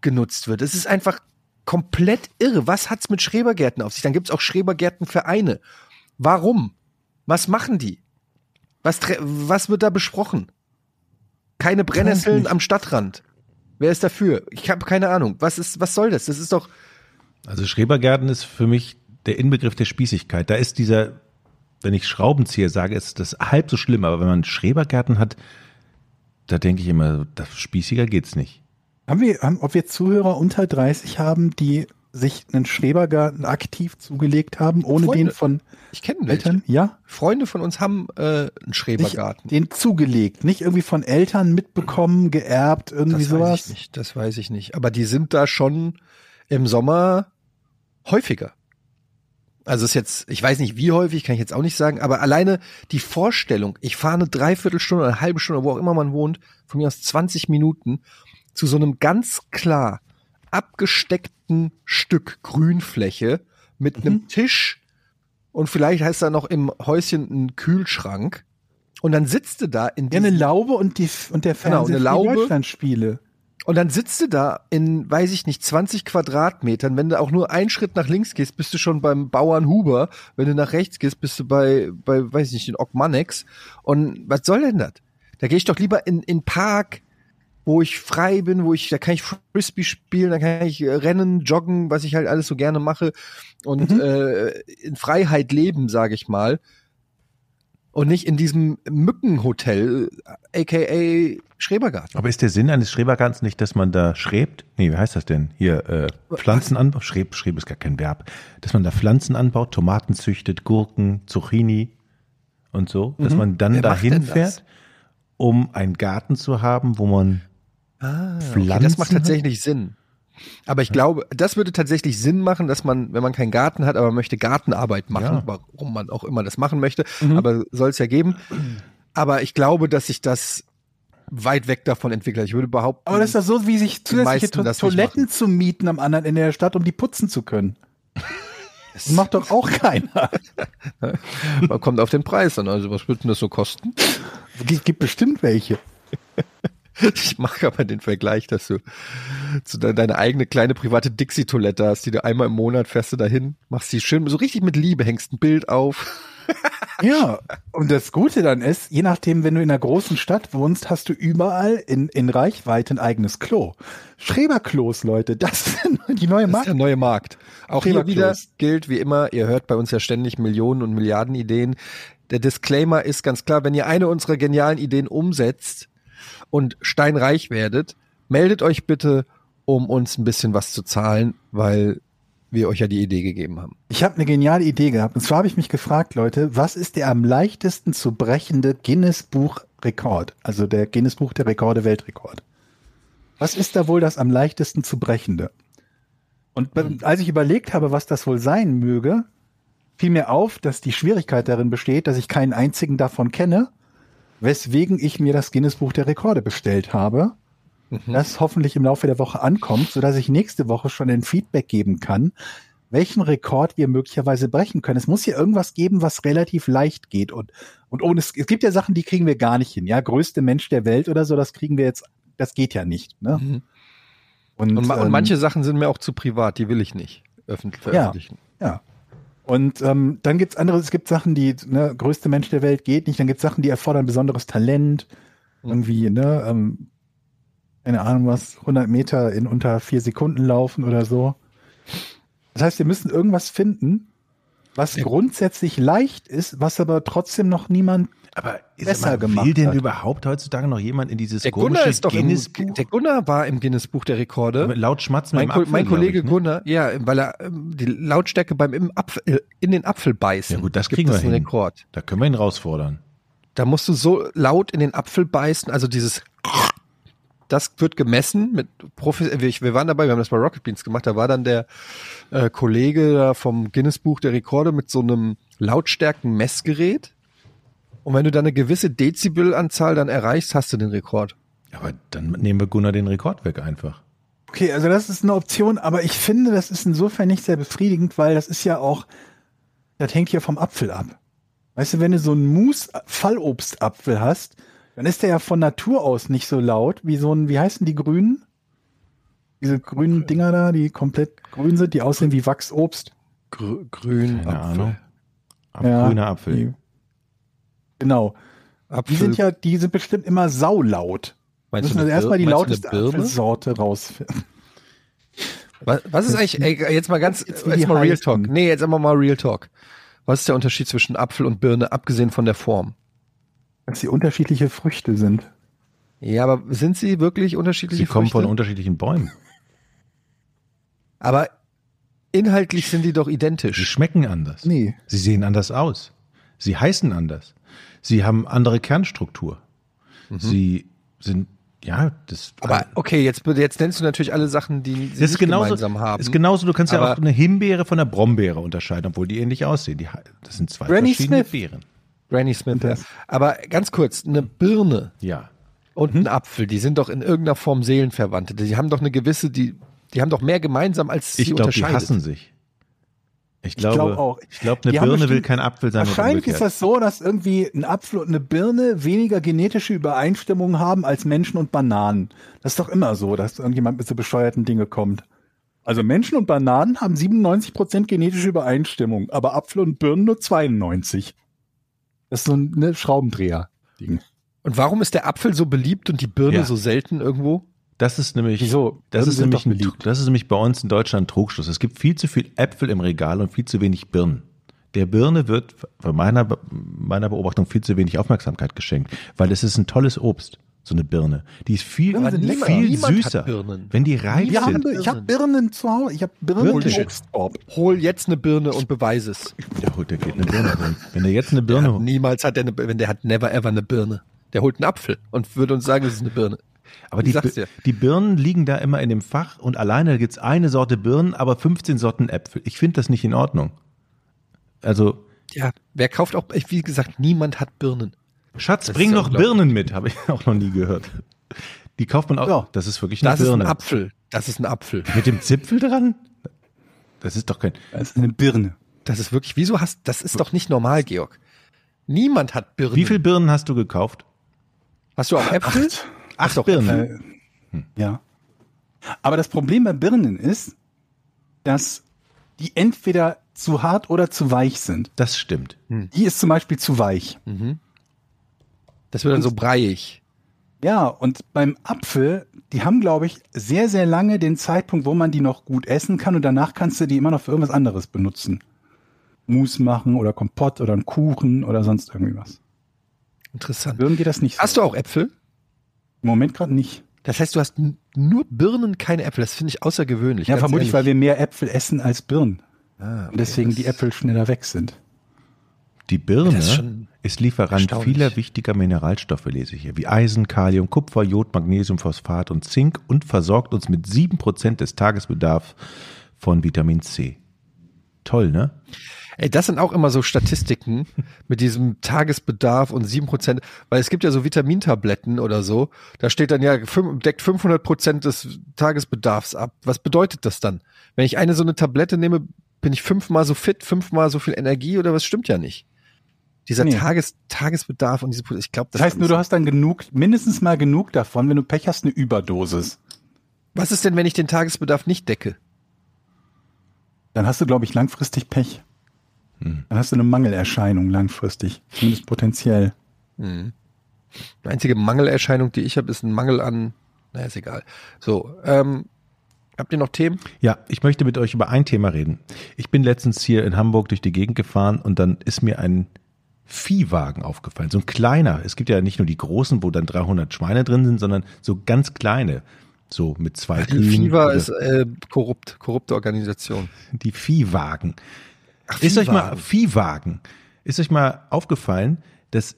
genutzt wird. Es ist einfach komplett irre. Was hat's mit Schrebergärten auf sich? Dann gibt's auch Schrebergärtenvereine. Warum? Was machen die? Was, tre- was wird da besprochen? Keine Brennnesseln am Stadtrand. Wer ist dafür? Ich habe keine Ahnung. Was ist, was soll das? Das ist doch,
Also Schrebergärten ist für mich der Inbegriff der Spießigkeit. Da ist dieser, wenn ich Schraubenzieher sage, ist das halb so schlimm, aber wenn man Schrebergärten hat, da denke ich immer, das spießiger geht's nicht.
Haben wir, haben, ob wir Zuhörer unter 30 haben, die sich einen Schrebergarten aktiv zugelegt haben, ohne
Freunde.
den von
ich kenne
Eltern, ja?
Freunde von uns haben äh, einen
Sich
Schrebergarten.
den zugelegt, nicht irgendwie von Eltern mitbekommen, geerbt, irgendwie
das weiß ich
sowas.
nicht. Das weiß ich nicht. Aber die sind da schon im Sommer häufiger. Also ist jetzt, ich weiß nicht wie häufig, kann ich jetzt auch nicht sagen, aber alleine die Vorstellung, ich fahre eine Dreiviertelstunde oder eine halbe Stunde, wo auch immer man wohnt, von mir aus 20 Minuten, zu so einem ganz klar abgesteckten Stück Grünfläche
Mhm.
mit einem Tisch und vielleicht heißt da noch im Häuschen ein Kühlschrank. Und dann sitzt du da in
Ja, eine Laube und, die, und der
Genau,
Fernseher
eine Laube.
Deutschlandspiele.
Und dann sitzt du da in, weiß ich nicht, 20 Quadratmetern. Wenn du auch nur einen Schritt nach links gehst, bist du schon beim Bauern Huber. Wenn du nach rechts gehst, bist du bei, bei weiß ich nicht, den Ogmanex. Und was soll denn das? Da gehe ich doch lieber in in Park, wo ich frei bin, wo ich, da kann ich Frisbee spielen, da kann ich äh, rennen, joggen, was ich halt alles so gerne mache. Und äh, in Freiheit leben, sage ich mal. Und nicht in diesem Mückenhotel, äh, aka Schrebergarten.
Aber ist der Sinn eines Schrebergartens nicht, dass man da schrebt? Nee, wie heißt das denn? Hier, äh, Pflanzen anbaut. Schreb, Schreb ist gar kein Verb. Dass man da Pflanzen anbaut, Tomaten züchtet, Gurken, Zucchini und so. Dass man dann
Wer macht
dahin
denn das?
fährt, um einen Garten zu haben, wo man Pflanzen
Ah, Okay, das macht
hat.
tatsächlich Sinn. Aber ich glaube, das würde tatsächlich Sinn machen, dass man, wenn man keinen Garten hat, aber man möchte Gartenarbeit machen,
Ja.
warum man auch immer das machen möchte, aber soll es ja geben. Aber ich glaube, dass sich das weit weg davon entwickelt. hat. Ich würde behaupten,
Aber das ist doch so, wie sich zusätzliche
meisten
to
das nicht
Toiletten zu mieten am anderen Ende der Stadt, um die putzen
*laughs*
zu können. Das macht doch auch keiner.
man kommt auf den Preis an. Also was würde denn das so kosten? *laughs*
Gibt gibt bestimmt welche.
Ich mache aber den Vergleich, dass du zu de deine eigene kleine private Dixie-Toilette hast, die du einmal im Monat fährst du dahin, machst die schön, so richtig mit Liebe, hängst ein Bild auf.
*laughs* Ja, und das Gute dann ist, je nachdem, wenn du in einer großen Stadt wohnst, hast du überall in, in Reichweite ein eigenes Klo. Schreberklos, Leute, das *laughs* sind die neue
Das ist der
Marke.
neue Markt. Auch
Thema
hier wieder
Klos.
gilt wie immer, ihr hört bei uns ja ständig Millionen und Milliarden Ideen. Der Disclaimer ist ganz klar, wenn ihr eine unserer genialen Ideen umsetzt und steinreich werdet, meldet euch bitte, um uns ein bisschen was zu zahlen, weil wir euch ja die Idee gegeben haben.
Ich habe eine geniale Idee gehabt. Und zwar habe ich mich gefragt, Leute, was ist der am leichtesten zu brechende Guinness-Buch-Rekord? Also der Guinness-Buch der Rekorde, Weltrekord. Was ist da wohl das am leichtesten zu brechende? Und be- als ich überlegt habe, was das wohl sein möge, fiel mir auf, dass die Schwierigkeit darin besteht, dass ich keinen einzigen davon kenne, weswegen ich mir das Guinness-Buch der Rekorde bestellt habe,
Mhm.
das hoffentlich im Laufe der Woche ankommt, sodass ich nächste Woche schon ein Feedback geben kann, welchen Rekord wir möglicherweise brechen können. Es muss hier irgendwas geben, was relativ leicht geht und, und ohne, es, es gibt ja Sachen, die kriegen wir gar nicht hin. Ja, größte Mensch der Welt oder so, das kriegen wir jetzt, das geht ja nicht. Ne?
Mhm. Und, ma und
ähm,
manche Sachen sind mir auch zu privat, die will ich nicht öffentlich veröffentlichen.
Ja. Und ähm, dann gibt's andere, es gibt Sachen, die, ne, größte Mensch der Welt geht nicht, dann gibt's Sachen, die erfordern besonderes Talent, irgendwie, ne, ähm, keine Ahnung was, 100 Meter in unter vier Sekunden laufen oder so. Das heißt, wir müssen irgendwas finden, was grundsätzlich leicht ist, was aber trotzdem noch niemand,
Aber ist
Besser
mal, will
gemacht
denn
hat.
überhaupt heutzutage noch jemand in dieses
Der Gunnar
komische
ist doch im,
Guinness-Buch?
der Gunnar war im Guinness-Buch der Rekorde.
Laut Schmatzen
Mein,
mit
Ko
dem Apfel,
mein
glaub
Kollege
ich, ne?
Gunnar, ja, weil er ähm, die Lautstärke beim im Apfel, äh, in den Apfel beißen.
Ja gut, das
gibt
kriegen wir
es einen
hin.
Rekord.
Da können wir ihn herausfordern.
Da musst du so laut in den Apfel beißen, also dieses das wird gemessen mit Profi äh, wir, wir waren dabei, wir haben das bei Rocket Beans gemacht, da war dann der äh, Kollege da vom Guinness Buch der Rekorde mit so einem Lautstärken-Messgerät. Und wenn du dann eine gewisse Dezibelanzahl dann erreichst, hast du den Rekord.
Aber dann nehmen wir Gunnar den Rekord weg einfach.
Okay, also das ist eine Option, aber ich finde, das ist insofern nicht sehr befriedigend, weil das ist ja auch, das hängt ja vom Apfel ab. Weißt du, wenn du so einen Mousse-Fallobstapfel hast, dann ist der ja von Natur aus nicht so laut wie so ein, wie heißen die Grünen? Diese grünen Dinger da, die komplett grün sind, die aussehen wie Wachsobst.
Gr grün,
Keine Ahnung. Ab,
Ja.
Grüner Apfel.
Genau. Die
Apfel.
sind ja, die sind bestimmt immer saulaut. Wir
Meinst
müssen
du
also
eine
erstmal die
Birne? Meinst du
lauteste
eine Birne?
Apfelsorte rausfinden.
Was, was ist eigentlich, ey, jetzt mal ganz, äh,
Jetzt,
jetzt,
wie die
mal Real
heißen.
Talk. Nee, jetzt einfach mal Real Talk. Was ist der Unterschied zwischen Apfel und Birne, abgesehen von der Form?
Dass sie unterschiedliche Früchte sind.
Ja, aber sind sie wirklich unterschiedliche
Sie kommen von
Früchte?
unterschiedlichen Bäumen.
Aber inhaltlich sind die doch
Sie
identisch.
schmecken anders.
Nee.
Sie sehen anders aus. Sie heißen anders. Sie haben andere Kernstruktur.
Mhm.
Sie sind, ja, das,
Aber okay, jetzt, jetzt nennst du natürlich alle Sachen, die sie
das ist
nicht
genauso,
gemeinsam haben.
ist genauso, du kannst ja
Aber-
auch eine Himbeere von einer Brombeere unterscheiden, obwohl die ähnlich aussehen. Die, he- das sind zwei
Granny
verschiedene
Smith.
Beeren.
Granny Smith. Ja.
Mhm.
Das-
Aber ganz kurz, eine Birne
Ja.
und
Mhm.
ein Apfel, die sind doch in irgendeiner Form Seelenverwandte. Die haben doch eine gewisse, die, die haben doch mehr gemeinsam, als sie
Ich glaube, die
unterscheidet.
hassen sich. Ich glaube,
glaub
ich glaube
auch.
eine
Die haben
Birne will
bestimmt-
kein Apfel sein. und
Wahrscheinlich ist
umgekehrt.
das so, dass irgendwie ein Apfel und eine Birne weniger genetische Übereinstimmung haben als Menschen und Bananen. Das ist doch immer so, dass irgendjemand mit so bescheuerten Dinge kommt. Also Menschen und Bananen haben 97% genetische Übereinstimmung, aber Apfel und Birnen nur 92. Das ist so ein ne, Schraubendreher-Ding.
Und warum ist der Apfel so beliebt und die Birne
Ja.
so selten irgendwo?
Das ist nämlich,
Wieso?
Das
Birnen
ist,
sind
nämlich
doch
ein,
beliebt.
das ist nämlich bei uns in Deutschland ein Trugschluss. Es gibt viel zu viel Äpfel im Regal und viel zu wenig Birnen. Der Birne wird von meiner, Be- meiner Beobachtung viel zu wenig Aufmerksamkeit geschenkt, weil es ist ein tolles Obst, so eine Birne. Die ist viel,
Birnen sind lecker.
viel
Niemand hat
süßer,
Birnen.
wenn die reif
Wir haben,
sind.
ich habe Birnen zu Hause, ich habe Birnen
Wirklich?
im Obstkorb.
Hol jetzt eine Birne und beweise es.
Der holt, der geht eine Birne holen. Wenn der jetzt eine Birne holt.
Niemals hat er eine, wenn der hat never ever eine Birne. Der holt einen Apfel und würde uns sagen, das ist eine Birne.
Aber
Ich
die,
sag's
Bir-
dir.
die Birnen liegen da immer in dem Fach und alleine gibt's eine Sorte Birnen, aber 15 Sorten Äpfel. Ich finde das nicht in Ordnung. Also,
Ja, wer kauft auch, ich- wie gesagt, niemand hat Birnen.
Schatz,
Das
bring
ist ja
noch
unglaublich.
Birnen mit, habe ich auch noch nie gehört. Die kauft man auch.
Ja.
Das ist wirklich eine
Das ist ein
Birne.
Apfel. Das ist ein Apfel.
Mit dem Zipfel dran? Das ist doch kein.
Das ist eine Birne.
Das ist wirklich, wieso hast, das ist doch nicht normal, Georg. Niemand hat Birnen.
Wie viel Birnen hast du gekauft?
Hast du auch Äpfel?
Acht
Äh,
Birnen.
Hm.
hm.
Ja. Aber das Problem bei Birnen ist, dass die entweder zu hart oder zu weich sind.
Das stimmt.
Die ist zum Beispiel zu weich.
Hm. Das wird dann so breiig.
Ja, und beim Apfel, die haben, glaube ich, sehr, sehr lange den Zeitpunkt, wo man die noch gut essen kann und danach kannst du die immer noch für irgendwas anderes benutzen. Mousse machen oder Kompott oder einen Kuchen oder sonst irgendwie was.
Interessant.
Birnen geht das nicht so.
Hast du auch Äpfel?
Im Moment gerade nicht.
Das heißt, du hast n- nur Birnen, keine Äpfel. Das finde ich außergewöhnlich.
Ja,
ganz
vermutlich, weil
ehrlich.
wir mehr Äpfel essen als Birnen.
Ah, okay.
Und deswegen
Das-
die Äpfel schneller weg sind.
Die Birne
Das ist
ist,
schon
Lieferant
erstaunlich.
vieler wichtiger Mineralstoffe, lese ich hier, wie Eisen, Kalium, Kupfer, Jod, Magnesium, Phosphat und Zink und versorgt uns mit 7% des Tagesbedarfs von Vitamin C. Toll, ne?
Ey, das sind auch immer so Statistiken mit diesem Tagesbedarf und 7%, weil es gibt ja so Vitamintabletten oder so, da steht dann ja, fün- deckt 500% des Tagesbedarfs ab. Was bedeutet das dann? Wenn ich eine so eine Tablette nehme, bin ich fünfmal so fit, fünfmal so viel Energie oder was stimmt ja nicht? Dieser
Nee.
Tages, Tagesbedarf und diese, Pro- ich glaube,
Das heißt nur, du hast dann genug, mindestens mal genug davon, wenn du Pech hast, eine Überdosis.
Was ist denn, wenn ich den Tagesbedarf nicht decke?
Dann hast du, glaube ich, langfristig Pech.
Hm.
Dann hast du eine Mangelerscheinung langfristig, zumindest potenziell.
Die einzige Mangelerscheinung, die ich habe, ist ein Mangel an, naja, ist egal. So, ähm, habt ihr noch Themen?
Ja, ich möchte mit euch über ein Thema reden. Ich bin letztens hier in Hamburg durch die Gegend gefahren und dann ist mir ein Viehwagen aufgefallen. So ein kleiner. Es gibt ja nicht nur die großen, wo dann 300 Schweine drin sind, sondern so ganz kleine. So mit zwei
Die FIVA
oder-
ist äh, korrupt, korrupte Organisation.
Die Viehwagen. ist euch mal Viehwagen? Ist euch mal aufgefallen, dass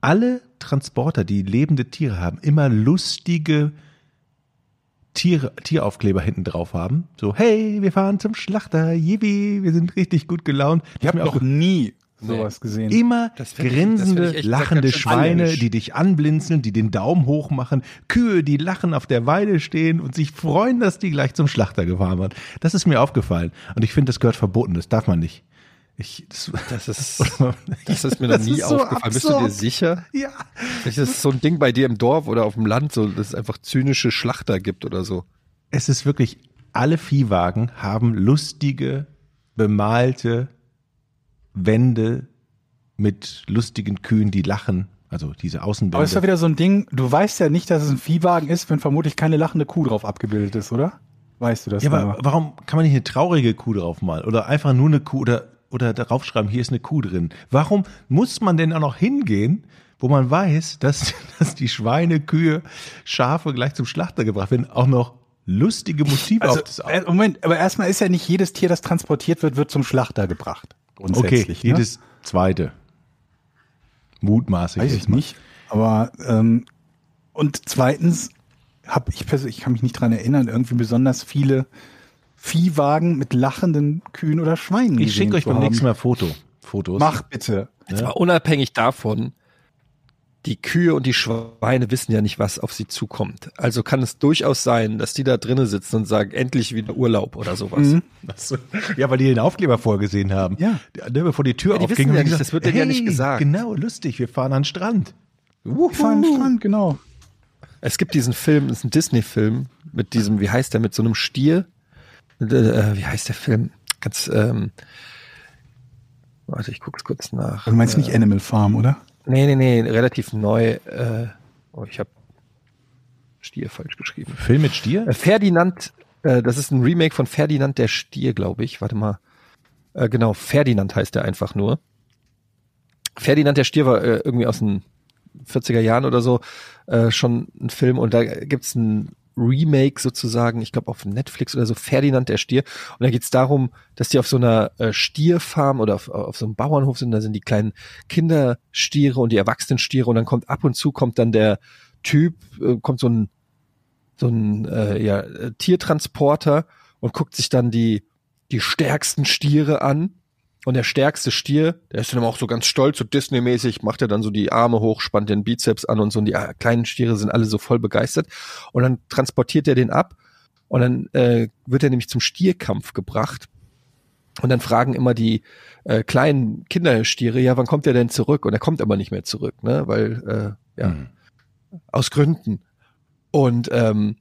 alle Transporter, die lebende Tiere haben, immer lustige Tiere, Tieraufkleber hinten drauf haben. So, hey, wir fahren zum Schlachter, yippie, wir sind richtig gut gelaunt.
Ich habe
mir auch
noch nie sowas gesehen.
immer
Genau. Das find ich- das
grinsende,
find ich echt
lachende
ganz schön
Schweine,
zynisch.
die dich anblinzeln, die den Daumen hoch machen, Kühe, die lachen auf der Weide stehen und sich freuen, dass die gleich zum Schlachter gefahren wird. Das ist mir aufgefallen und ich finde, das gehört verboten, das darf man nicht. Ich, das, *laughs*
Das *laughs* ist, das ist mir noch
Das
nie
ist so
aufgefallen. Bist du dir
absurd.
sicher?
ja.
Das ist so ein Ding bei dir im Dorf oder auf dem Land, so, dass es einfach zynische Schlachter gibt oder so. ne?
Es ist wirklich, alle Viehwagen haben lustige, bemalte Wände mit lustigen Kühen, die lachen. Also diese
Aber es ist ja
Außenwände.
wieder so ein Ding, du weißt ja nicht, dass es ein Viehwagen ist, wenn vermutlich keine lachende Kuh drauf abgebildet ist, oder? Weißt du das? genau?
Ja, aber
aber?
warum kann man nicht eine traurige Kuh draufmalen? Oder einfach nur eine Kuh oder, oder darauf schreiben, hier ist eine Kuh drin. Warum muss man denn auch noch hingehen, wo man weiß, dass, *laughs* dass die Schweine, Kühe, Schafe gleich zum Schlachter gebracht werden, auch noch lustige Motive
Also,
auf das
äh, Moment, aber erstmal ist ja nicht jedes Tier, das transportiert wird, wird zum Schlachter gebracht.
Okay,
Grundsätzlich. ne?
jedes zweite. Mutmaßlich.
Weiß ich
jetzt mal.
nicht. Aber ähm, und zweitens habe ich persönlich, ich kann mich nicht dran erinnern, irgendwie besonders viele Viehwagen mit lachenden Kühen oder Schweinen.
Ich
gesehen
schicke euch
zu
beim
haben.
nächsten Mal Foto. Fotos.
Mach bitte.
Jetzt mal unabhängig davon, die Kühe und die Schweine wissen ja nicht, was auf sie zukommt. Also kann es durchaus sein, dass die da drinnen sitzen und sagen, endlich wieder Urlaub oder sowas.
Ach so. Ja, weil die den Aufkleber vorgesehen haben.
Ja.
Ne, Bevor die Tür
Ja, die
aufging.
wissen ja
haben die
nicht,
gesagt,
das wird denen ja nicht gesagt.
Genau, lustig, wir fahren an den Strand.
Wir fahren Strand, genau.
Es gibt diesen Film, das ist ein Disney-Film mit diesem, wie heißt der, mit so einem Stier. Äh, Äh, wie heißt der Film? Ganz, ähm, warte, ich guck's kurz nach.
Also Du meinst nicht Animal Farm, oder?
Nee, nee, nee, relativ neu. Äh, oh, ich habe Stier falsch geschrieben.
Film mit Stier?
Äh, Ferdinand, äh, das ist ein Remake von Ferdinand der Stier, glaube ich. Warte mal. Äh, genau, Ferdinand heißt der einfach nur. Ferdinand der Stier war äh, irgendwie aus den 40er Jahren oder so äh, schon ein Film und da gibt's ein Remake sozusagen, ich glaube auf Netflix oder so, Ferdinand der Stier. Und da geht's darum, dass die auf so einer äh, Stierfarm oder auf, auf so einem Bauernhof sind, da sind die kleinen Kinderstiere und die Erwachsenenstiere und dann kommt ab und zu kommt dann der Typ, äh, kommt so ein so ein äh, ja, äh, Tiertransporter und guckt sich dann die, die stärksten Stiere an. Und der stärkste Stier, der ist dann auch so ganz stolz, so Disney-mäßig, macht er dann so die Arme hoch, spannt den Bizeps an und so. Und die äh, kleinen Stiere sind alle so voll begeistert. Und dann transportiert er den ab und dann äh, wird er nämlich zum Stierkampf gebracht. Und dann fragen immer die äh, kleinen Kinderstiere, ja, wann kommt er denn zurück? Und er kommt aber nicht mehr zurück, ne? Weil, äh, ja,
Mhm.
aus Gründen. Und ähm,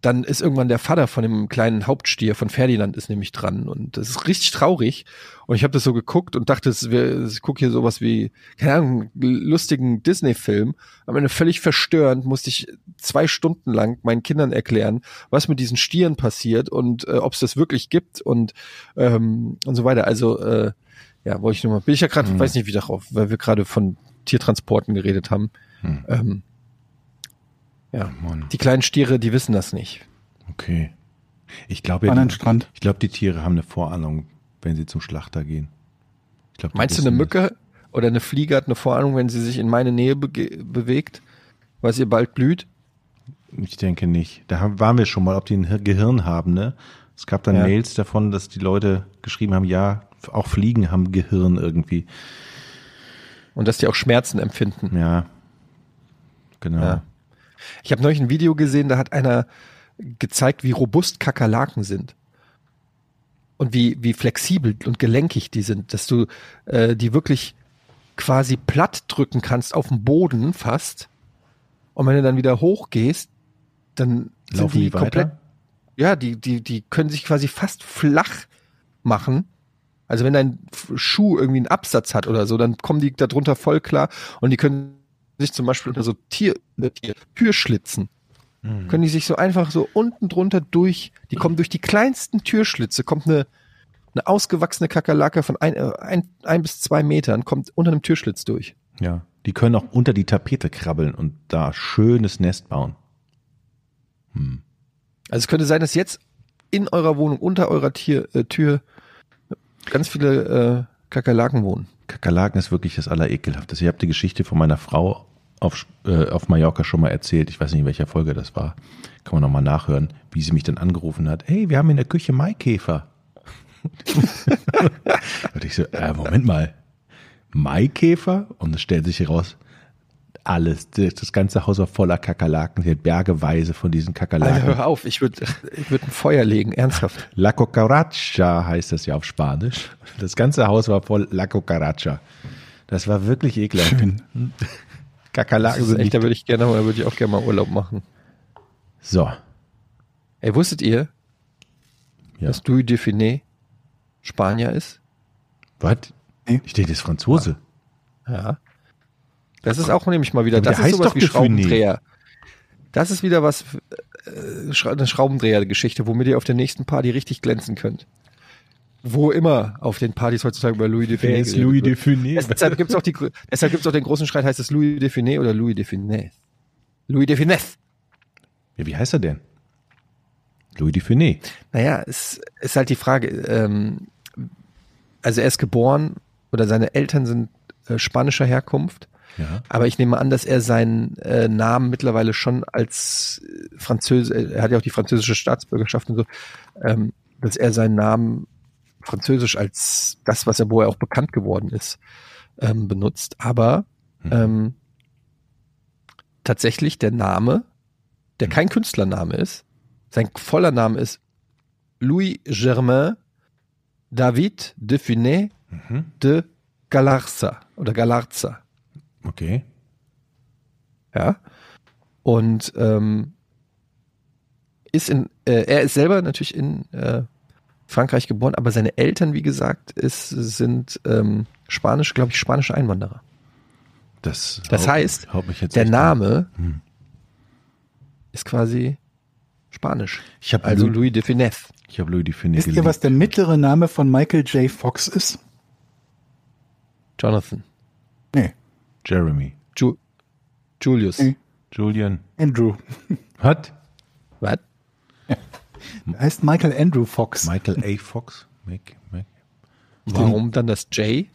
dann ist irgendwann der Vater von dem kleinen Hauptstier von Ferdinand ist nämlich dran und das ist richtig traurig und ich habe das so geguckt und dachte, es wär- ich gucke hier sowas wie keine Ahnung einen lustigen Disney-Film, am Ende völlig verstörend musste ich zwei Stunden lang meinen Kindern erklären, was mit diesen Stieren passiert und äh, ob es das wirklich gibt und ähm, und so weiter. Also äh, ja, wollte ich nur mal. Bin ich ja gerade, weiß nicht wie darauf, weil wir gerade von Tiertransporten geredet haben.
Hm.
Ähm, ja.
Mann,
Die kleinen Stiere, die wissen das nicht.
okay. Ich glaube,
Fahren
ja,
an
die,
Strand.
ich glaube, die Tiere haben eine Vorahnung, wenn sie zum Schlachter gehen. Ich glaube, die
Meinst du,
wissen
eine Mücke oder eine Fliege hat eine Vorahnung, wenn sie sich in meine Nähe bege- bewegt, weil es ihr bald blüht?
das. Ich denke nicht. Da haben, waren wir schon mal, ob die ein Hir- Gehirn haben, ne? Es gab dann
Ja.
Mails davon, dass die Leute geschrieben haben, ja, auch Fliegen haben Gehirn irgendwie.
Und dass die auch Schmerzen empfinden.
Ja. Genau.
Ja. Ich habe neulich ein Video gesehen, da hat einer gezeigt, wie robust Kakerlaken sind. Und wie, wie flexibel und gelenkig die sind, dass du äh, die wirklich quasi platt drücken kannst auf dem Boden fast. Und wenn du dann wieder hochgehst, dann sind
Laufen
die,
die weiter?
komplett ja, die, die, die können sich quasi fast flach machen. Also wenn dein F- Schuh irgendwie einen Absatz hat oder so, dann kommen die darunter voll klar und die können sich zum Beispiel unter so Tier, äh, Tier, Türschlitzen, Mhm. können die sich so einfach so unten drunter durch, die kommen durch die kleinsten Türschlitze, kommt eine, eine ausgewachsene Kakerlake von ein, äh, ein, ein bis zwei Metern, kommt unter einem Türschlitz durch.
Ja, die können auch unter die Tapete krabbeln und da schönes Nest bauen.
Also es könnte sein, dass jetzt in eurer Wohnung, unter eurer Tier, äh, Tür ganz viele äh, Kakerlaken wohnen.
Kakerlaken ist wirklich das Allerekelhafteste. Ich habe die Geschichte von meiner Frau auf, äh, auf Mallorca schon mal erzählt, ich weiß nicht, in welcher Folge das war, kann man nochmal nachhören, wie sie mich dann angerufen hat, hey, wir haben in der Küche Maikäfer. *laughs* Und ich so, äh, Moment mal, Maikäfer? Und es stellt sich heraus, alles, das das ganze Haus war voller Kakerlaken, sie hat bergeweise von diesen
Alter,
Kakerlaken.
hör auf, ich würde ich würd ein Feuer legen, ernsthaft.
La cucaracha heißt das ja auf Spanisch. Das ganze Haus war voll La cucaracha. Das war wirklich ekelhaft. Kakerlaken
Das ist
sind
echt,
nicht.
da würde ich gerne mal, da würde ich auch gerne mal Urlaub machen.
So,
Ey, wusstet ihr,
Ja.
dass Louis Dauphiné Spanier ist?
was?
Nee.
Ich denke, das ist Franzose.
Ja. Das ist auch nämlich mal wieder,
Aber
das
der
ist
heißt
sowas
doch
wie
Dauphiné.
Schraubendreher. Das ist wieder was, äh, Schra- eine Schraubendreher-Geschichte, womit ihr auf der nächsten Party richtig glänzen könnt. Wo immer auf den Partys heutzutage über Louis Dauphiné geredet wird.
Dauphiné?
Deshalb gibt es auch, die gr- *laughs* deshalb gibt's auch den großen Streit, heißt es Louis Dauphiné oder Louis Dauphiné? Louis Dauphiné.
Ja, wie heißt er denn? Louis Dauphiné.
Naja, es ist halt die Frage. Ähm, also er ist geboren oder seine Eltern sind äh, spanischer Herkunft.
Ja.
Aber ich nehme an, dass er seinen äh, Namen mittlerweile schon als äh, Französisch, er hat ja auch die französische Staatsbürgerschaft und so, ähm, dass er seinen Namen französisch als das, was er, wo er auch bekannt geworden ist, ähm, benutzt. Aber
Mhm.
ähm, tatsächlich der Name, der kein Künstlername ist, sein voller Name ist Louis Germain David de Funès
Mhm.
de Galarza oder Galarza.
Okay.
Ja. Und ähm, ist in, äh, er ist selber natürlich in äh, Frankreich geboren, aber seine Eltern, wie gesagt, ist, sind ähm, spanisch, glaube ich, spanische Einwanderer.
Das,
Das
haut-
heißt,
haut mich jetzt
Der
echt an.
Name
Hm.
ist quasi spanisch.
Ich habe
Also
also Louis,
Louis de Finesse.
ich hab Louis Dauphiné
Wisst ihr,
geliebt.
was der mittlere Name von Michael J. Fox ist?
Jonathan.
Nee,
Jeremy.
Ju Julius.
Mhm.
Julian.
Andrew.
Hat?
Was?
Er heißt Michael Andrew Fox.
Michael A. Fox? Mac, Mac.
Warum dann das J?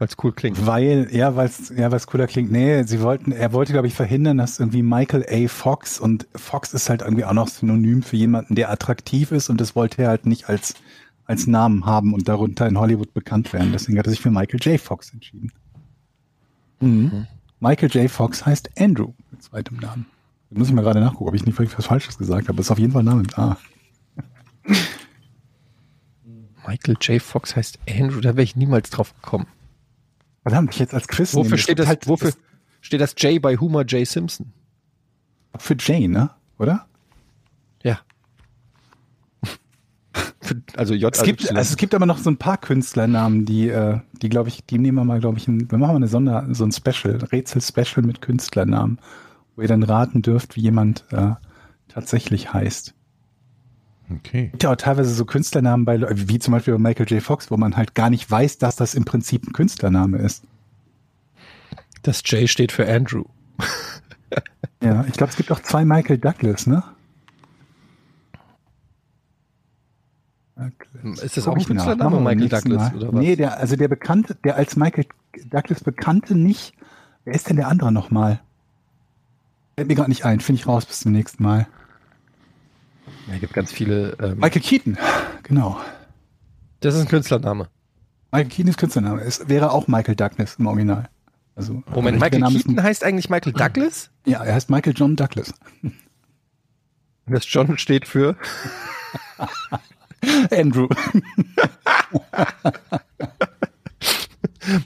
Weil es cool klingt.
Weil, ja, weil es ja, weil's cooler klingt. Nee, sie wollten, er wollte, glaube ich, verhindern, dass irgendwie Michael A. Fox und Fox ist halt irgendwie auch noch synonym für jemanden, der attraktiv ist und das wollte er halt nicht als, als Namen haben und darunter in Hollywood bekannt werden. Deswegen hat er sich für Michael J. Fox entschieden. Mhm. Michael J. Fox heißt Andrew mit zweitem Namen. Da muss ich mal gerade nachgucken, ob ich nicht wirklich was Falsches gesagt habe. Ist auf jeden Fall ein Name Ah. mit A.
Michael J. Fox heißt Andrew, da wäre ich niemals drauf gekommen.
Verdammt, ich jetzt als Quiz nehmen.
Wofür steht
gibt
das,
halt-
wofür
das-
steht das J bei Homer J. Simpson?
Für Jane, ne? Oder?
Ja. *laughs* Für- also J.
Es gibt, also es gibt aber noch so ein paar Künstlernamen, die, äh, die glaube ich, die nehmen wir mal, glaube ich, ein, wir machen mal eine Sonder, so ein Special, Rätsel-Special mit Künstlernamen, wo ihr dann raten dürft, wie jemand äh, tatsächlich heißt.
Okay.
Gibt ja auch teilweise so Künstlernamen bei, Le- wie zum Beispiel bei Michael J. Fox, wo man halt gar nicht weiß, dass das im Prinzip ein Künstlername ist.
das J steht für Andrew.
Ja, ich glaube, es gibt auch zwei Michael Douglas, ne? Douglas.
Ist das auch genau. ein
Guck ich nach.
Künstlername,
Machen wir beim
Michael
nächsten
Douglas,
Mal.
oder was?
Nee, der, also der Bekannte, der als Michael Douglas Bekannte nicht. Wer ist denn der andere nochmal? Fällt mir gerade nicht ein. Finde ich raus bis zum nächsten Mal.
Ja, gibt ganz viele. Ähm,
Michael Keaton. Genau.
das ist ein Künstlername.
Michael Keaton ist Künstlername. Es wäre auch Michael Douglas im Original. Also,
Moment,
der
Michael
Name ist-
Keaton heißt eigentlich Michael Douglas?
Ja, er heißt Michael John Douglas.
Das John steht für. *laughs*
Andrew.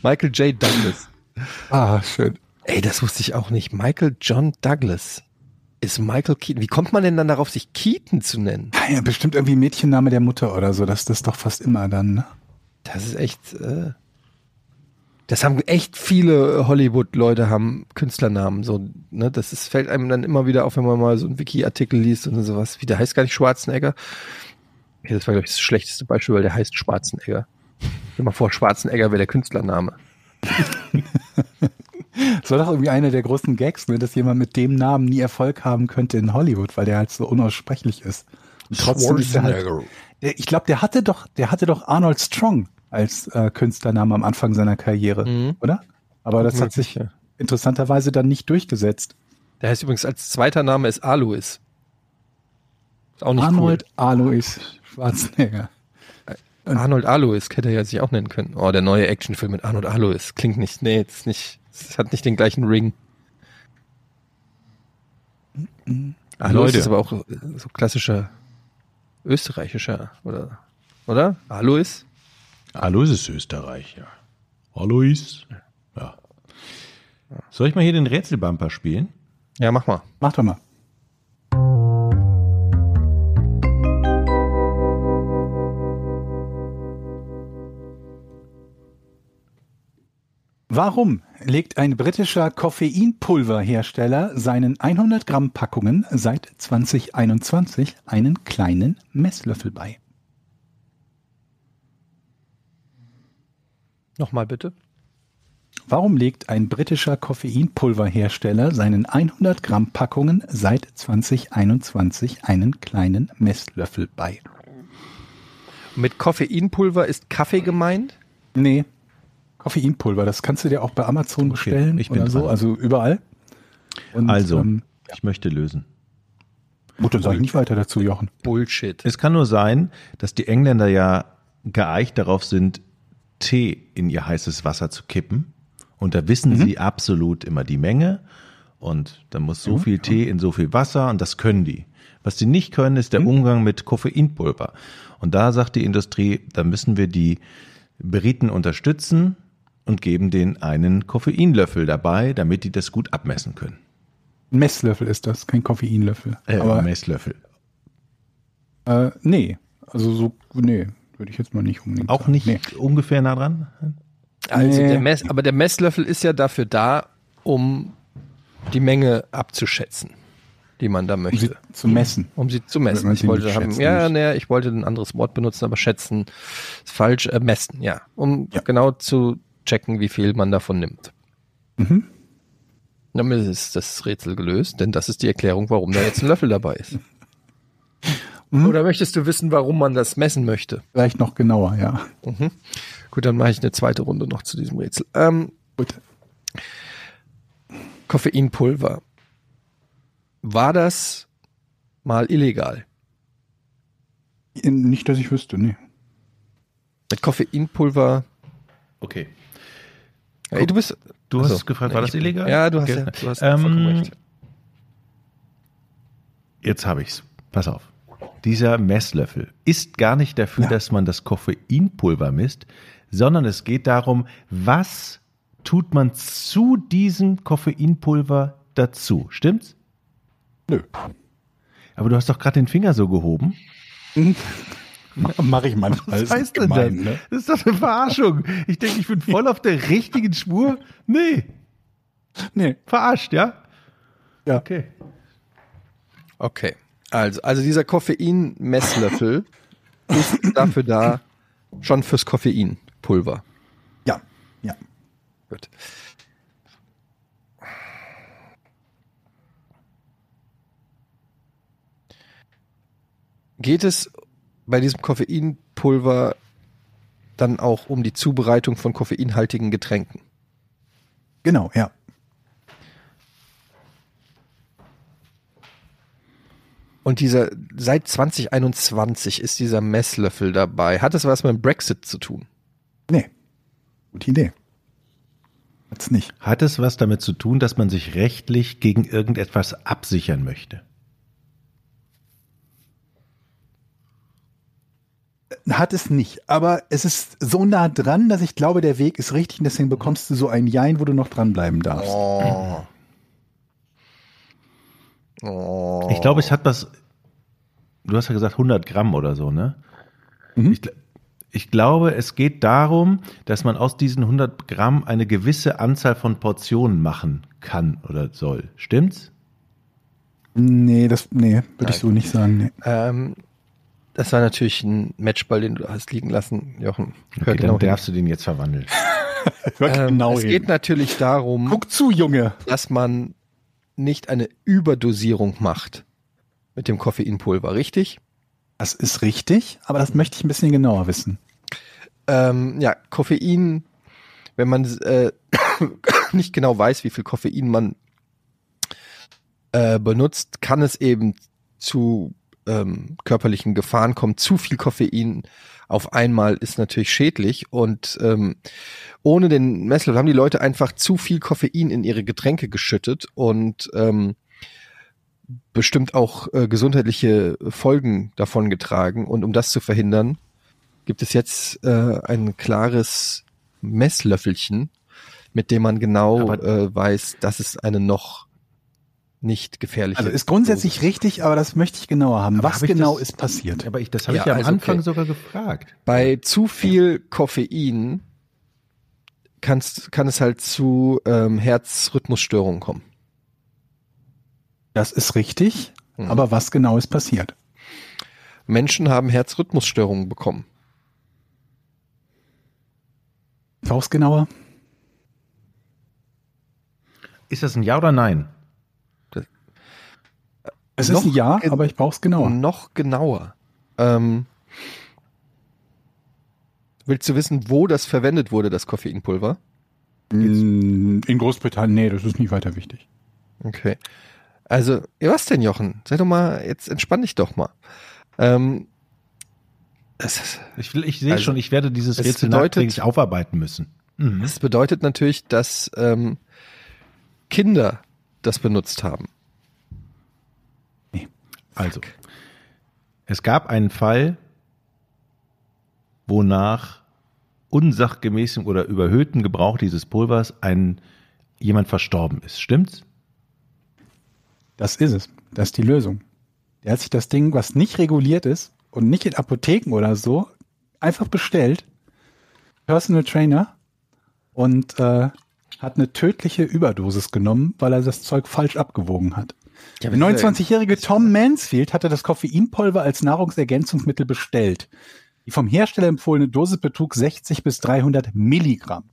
Michael J. Douglas.
ah, schön.
Ey, das wusste ich auch nicht. Michael John Douglas ist Michael Keaton. Wie kommt man denn dann darauf, sich Keaton zu nennen?
Ja, bestimmt irgendwie Mädchenname der Mutter oder so. Das das ist doch fast immer dann. Ne?
Das ist echt. Äh, das haben echt viele Hollywood-Leute haben Künstlernamen. So, ne? Das ist, fällt einem dann immer wieder auf, wenn man mal so einen Wiki-Artikel liest und sowas. Wie der heißt gar nicht Schwarzenegger. Okay, das war, glaube ich, das schlechteste Beispiel, weil der heißt Schwarzenegger. Stell dir mal vor, Schwarzenegger wäre der Künstlername.
Das war doch irgendwie einer der großen Gags, ne? dass jemand mit dem Namen nie Erfolg haben könnte in Hollywood, weil der halt so unaussprechlich ist. Und trotzdem ist er halt, der, ich glaube, der hatte doch, der hatte doch Arnold Mhm. Strong als äh, Künstlername am Anfang seiner Karriere, oder? Aber das hat sich,
Mhm. Möglich,
interessanterweise dann nicht durchgesetzt.
Der heißt übrigens als zweiter Name ist Alois. Ist auch nicht
Arnold Alois Schwarzenegger.
cool. Arnold Alois hätte er ja sich auch nennen können. Oh, der neue Actionfilm mit Arnold Alois. Klingt nicht, nee, ist nicht, es hat nicht den gleichen Ring. Alois
Leute.
ist aber auch äh, so klassischer österreichischer, oder? Oder? Alois?
Alois ist Österreich, ja. Alois. Ja. Soll ich mal hier den Rätselbumper spielen?
Ja, mach mal.
Mach doch mal. Warum legt ein britischer Koffeinpulverhersteller seinen 100 Gramm Packungen seit 2021 einen kleinen Messlöffel bei?
Nochmal bitte.
Warum legt ein britischer Koffeinpulverhersteller seinen 100 Gramm Packungen seit 2021 einen kleinen Messlöffel bei?
Mit Koffeinpulver ist Kaffee gemeint?
Nee. Koffeinpulver, das kannst du dir auch bei Amazon bestellen
ich bin
oder so,
dran.
also überall.
Hm,
Und,
Also,
ähm,
ich möchte lösen.
gut, dann sage ich nicht weiter dazu, Jochen.
Bullshit.
Es kann nur sein, dass die Engländer ja geeicht darauf sind, Tee in ihr heißes Wasser zu kippen. Und da wissen
Mhm.
sie absolut immer die Menge. Und da muss so viel Tee in so viel Wasser und das können die. Was die nicht können, ist der
Mhm.
Umgang mit Koffeinpulver. Und da sagt die Industrie, da müssen wir die Briten unterstützen und geben denen einen Koffeinlöffel dabei, damit die das gut abmessen können.
Ein Messlöffel ist das, kein Koffeinlöffel.
Äh,
Aber
Messlöffel.
äh, nee, also so, nee, würde ich jetzt mal nicht unbedingt
Auch
sagen.
nicht
Nee.
ungefähr nah dran?
Also
Nee.
der Mess, aber der Messlöffel ist ja dafür da, um die Menge abzuschätzen, die man da
Um sie
möchte,
zu messen.
um sie zu messen.
man
Ich
sie
wollte
nicht
haben,
schätzen
ja,
möchte.
nee, ich wollte ein anderes Wort benutzen, aber schätzen ist falsch. Äh, messen, ja, um
Ja.
genau zu checken, wie viel man davon nimmt. Mhm. Damit ist das Rätsel gelöst, denn das ist die Erklärung, warum da jetzt ein Löffel dabei ist.
Mhm.
Oder möchtest du wissen, warum man das messen möchte? Mhm.
Vielleicht noch genauer, ja.
Gut, dann mache ich eine zweite Runde noch zu diesem Rätsel. Ähm,
Gut.
Koffeinpulver. War das mal illegal?
In, nicht, dass ich wüsste, nee.
Mit Koffeinpulver.
Okay.
Ey, du bist.
Du
Achso.
hast gefragt, war
Nee,
das
Also, äh, ich-
illegal?
Ja, du hast
Gell?
ja. Du hast
Ähm,
vollkommen recht.
Jetzt habe ich's. Pass auf. Dieser Messlöffel ist gar nicht dafür, dass man das Koffeinpulver misst, sondern es geht darum, was tut man zu diesem Koffeinpulver dazu. Stimmt's?
Nö.
Aber du hast doch gerade den Finger so gehoben.
Mache ich manchmal.
Was heißt denn das?
Ne?
Das ist doch eine Verarschung. Ich denke, ich bin voll auf der richtigen Spur. Nee,
Nee.
verarscht, ja?
Ja.
Okay.
Okay. Also, also dieser Koffein-Messlöffel *laughs* ist dafür da, schon fürs Koffeinpulver.
Ja. Ja.
Gut. Geht es bei diesem Koffeinpulver dann auch um die Zubereitung von koffeinhaltigen Getränken?
Genau, ja.
Und dieser, seit 2021 ist dieser Messlöffel dabei. Hat das was mit dem Brexit zu tun?
Nee. Gute Idee. Hat's nicht.
Hat es was damit zu tun, dass man sich rechtlich gegen irgendetwas absichern möchte?
Hat es nicht. Aber es ist so nah dran, dass ich glaube, der Weg ist richtig und deswegen bekommst du so ein Jein, wo du noch dranbleiben darfst.
Oh.
Ich glaube, es hat was. Du hast ja gesagt 100 Gramm oder so, ne?
Mhm.
Ich, gl- ich glaube, es geht darum, dass man aus diesen 100 Gramm eine gewisse Anzahl von Portionen machen kann oder soll. Stimmt's?
Nee, das, nee, würde ich so nicht sagen. Nee.
Ähm, das war natürlich ein Matchball, den du hast liegen lassen, Jochen.
Okay, dann
genau hin.
darfst du den
*laughs*
jetzt verwandeln.
Hör
Ähm,
genau
es geht natürlich darum,
Guck zu, Junge.
dass man nicht eine Überdosierung macht mit dem Koffeinpulver, richtig?
Das ist richtig, aber das möchte ich ein bisschen genauer wissen.
Ähm, ja, Koffein, wenn man äh, *coughs* nicht genau weiß, wie viel Koffein man äh, benutzt, kann es eben zu ähm, körperlichen Gefahren kommen. Zu viel Koffein auf einmal ist natürlich schädlich und ähm, ohne den Messlöffel haben die Leute einfach zu viel Koffein in ihre Getränke geschüttet und ähm, bestimmt auch äh, gesundheitliche Folgen davon getragen. Und um das zu verhindern, gibt es jetzt äh, ein klares Messlöffelchen, mit dem man genau
Aber-
äh, weiß, das ist eine noch nicht gefährliche.
Also ist grundsätzlich richtig, aber das möchte ich genauer haben.
Aber
Was
hab ich
genau
das-
ist passiert?
Aber ich, das habe
Ja,
ich ja am
also
Anfang
okay.
sogar gefragt.
Bei zu viel Koffein kannst, kann es halt zu ähm, Herzrhythmusstörungen kommen.
Das ist richtig,
Mhm.
aber was genau ist passiert?
Menschen haben Herzrhythmusstörungen bekommen.
Faustgenauer?
Ist das ein Ja oder Nein?
Es
Noch
ist ein Ja,
in-
aber ich brauche es genauer.
Noch genauer. Ähm, willst du wissen, wo das verwendet wurde, das Koffeinpulver?
Mm, In Großbritannien, nee, das ist nicht weiter wichtig.
Okay. Also, ja, was denn, Jochen? Sei doch mal, jetzt entspann dich doch mal. Ähm, es ist
Ich, will- ich sehe
Also,
schon, ich werde dieses
es
Rätsel
bedeutet-
nachträglich aufarbeiten müssen. Mhm.
Das bedeutet natürlich, dass ähm, Kinder das benutzt haben.
Also, es gab einen Fall, wonach unsachgemäßem oder überhöhten Gebrauch dieses Pulvers ein jemand verstorben ist. Stimmt's?
Das ist es. Das ist die Lösung. Der hat sich das Ding, was nicht reguliert ist und nicht in Apotheken oder so, einfach bestellt. Personal Trainer und äh, hat eine tödliche Überdosis genommen, weil er das Zeug falsch abgewogen hat. Der 29-jährige Tom Mansfield hatte das Koffeinpulver als Nahrungsergänzungsmittel bestellt. Die vom Hersteller empfohlene Dosis betrug 60 bis 300 Milligramm.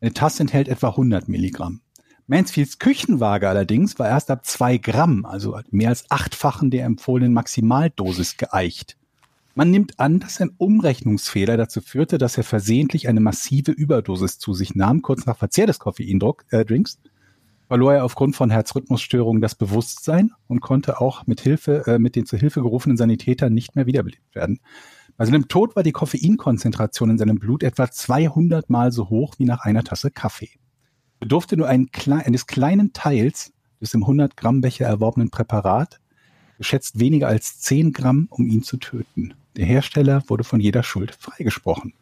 Eine Tasse enthält etwa 100 Milligramm. Mansfields Küchenwaage allerdings war erst ab 2 Gramm, also mehr als achtfachen der empfohlenen Maximaldosis geeicht. Man nimmt an, dass ein Umrechnungsfehler dazu führte, dass er versehentlich eine massive Überdosis zu sich nahm, kurz nach Verzehr des Koffeindrinks. Äh, Drinks verlor er aufgrund von Herzrhythmusstörungen das Bewusstsein und konnte auch mit Hilfe äh, mit den zu Hilfe gerufenen Sanitätern nicht mehr wiederbelebt werden. Bei seinem Tod war die Koffeinkonzentration in seinem Blut etwa 200 Mal so hoch wie nach einer Tasse Kaffee. Bedurfte nur ein klei- eines kleinen Teils des im 100 Gramm Becher erworbenen Präparat, geschätzt weniger als 10 Gramm, um ihn zu töten. Der Hersteller wurde von jeder Schuld freigesprochen.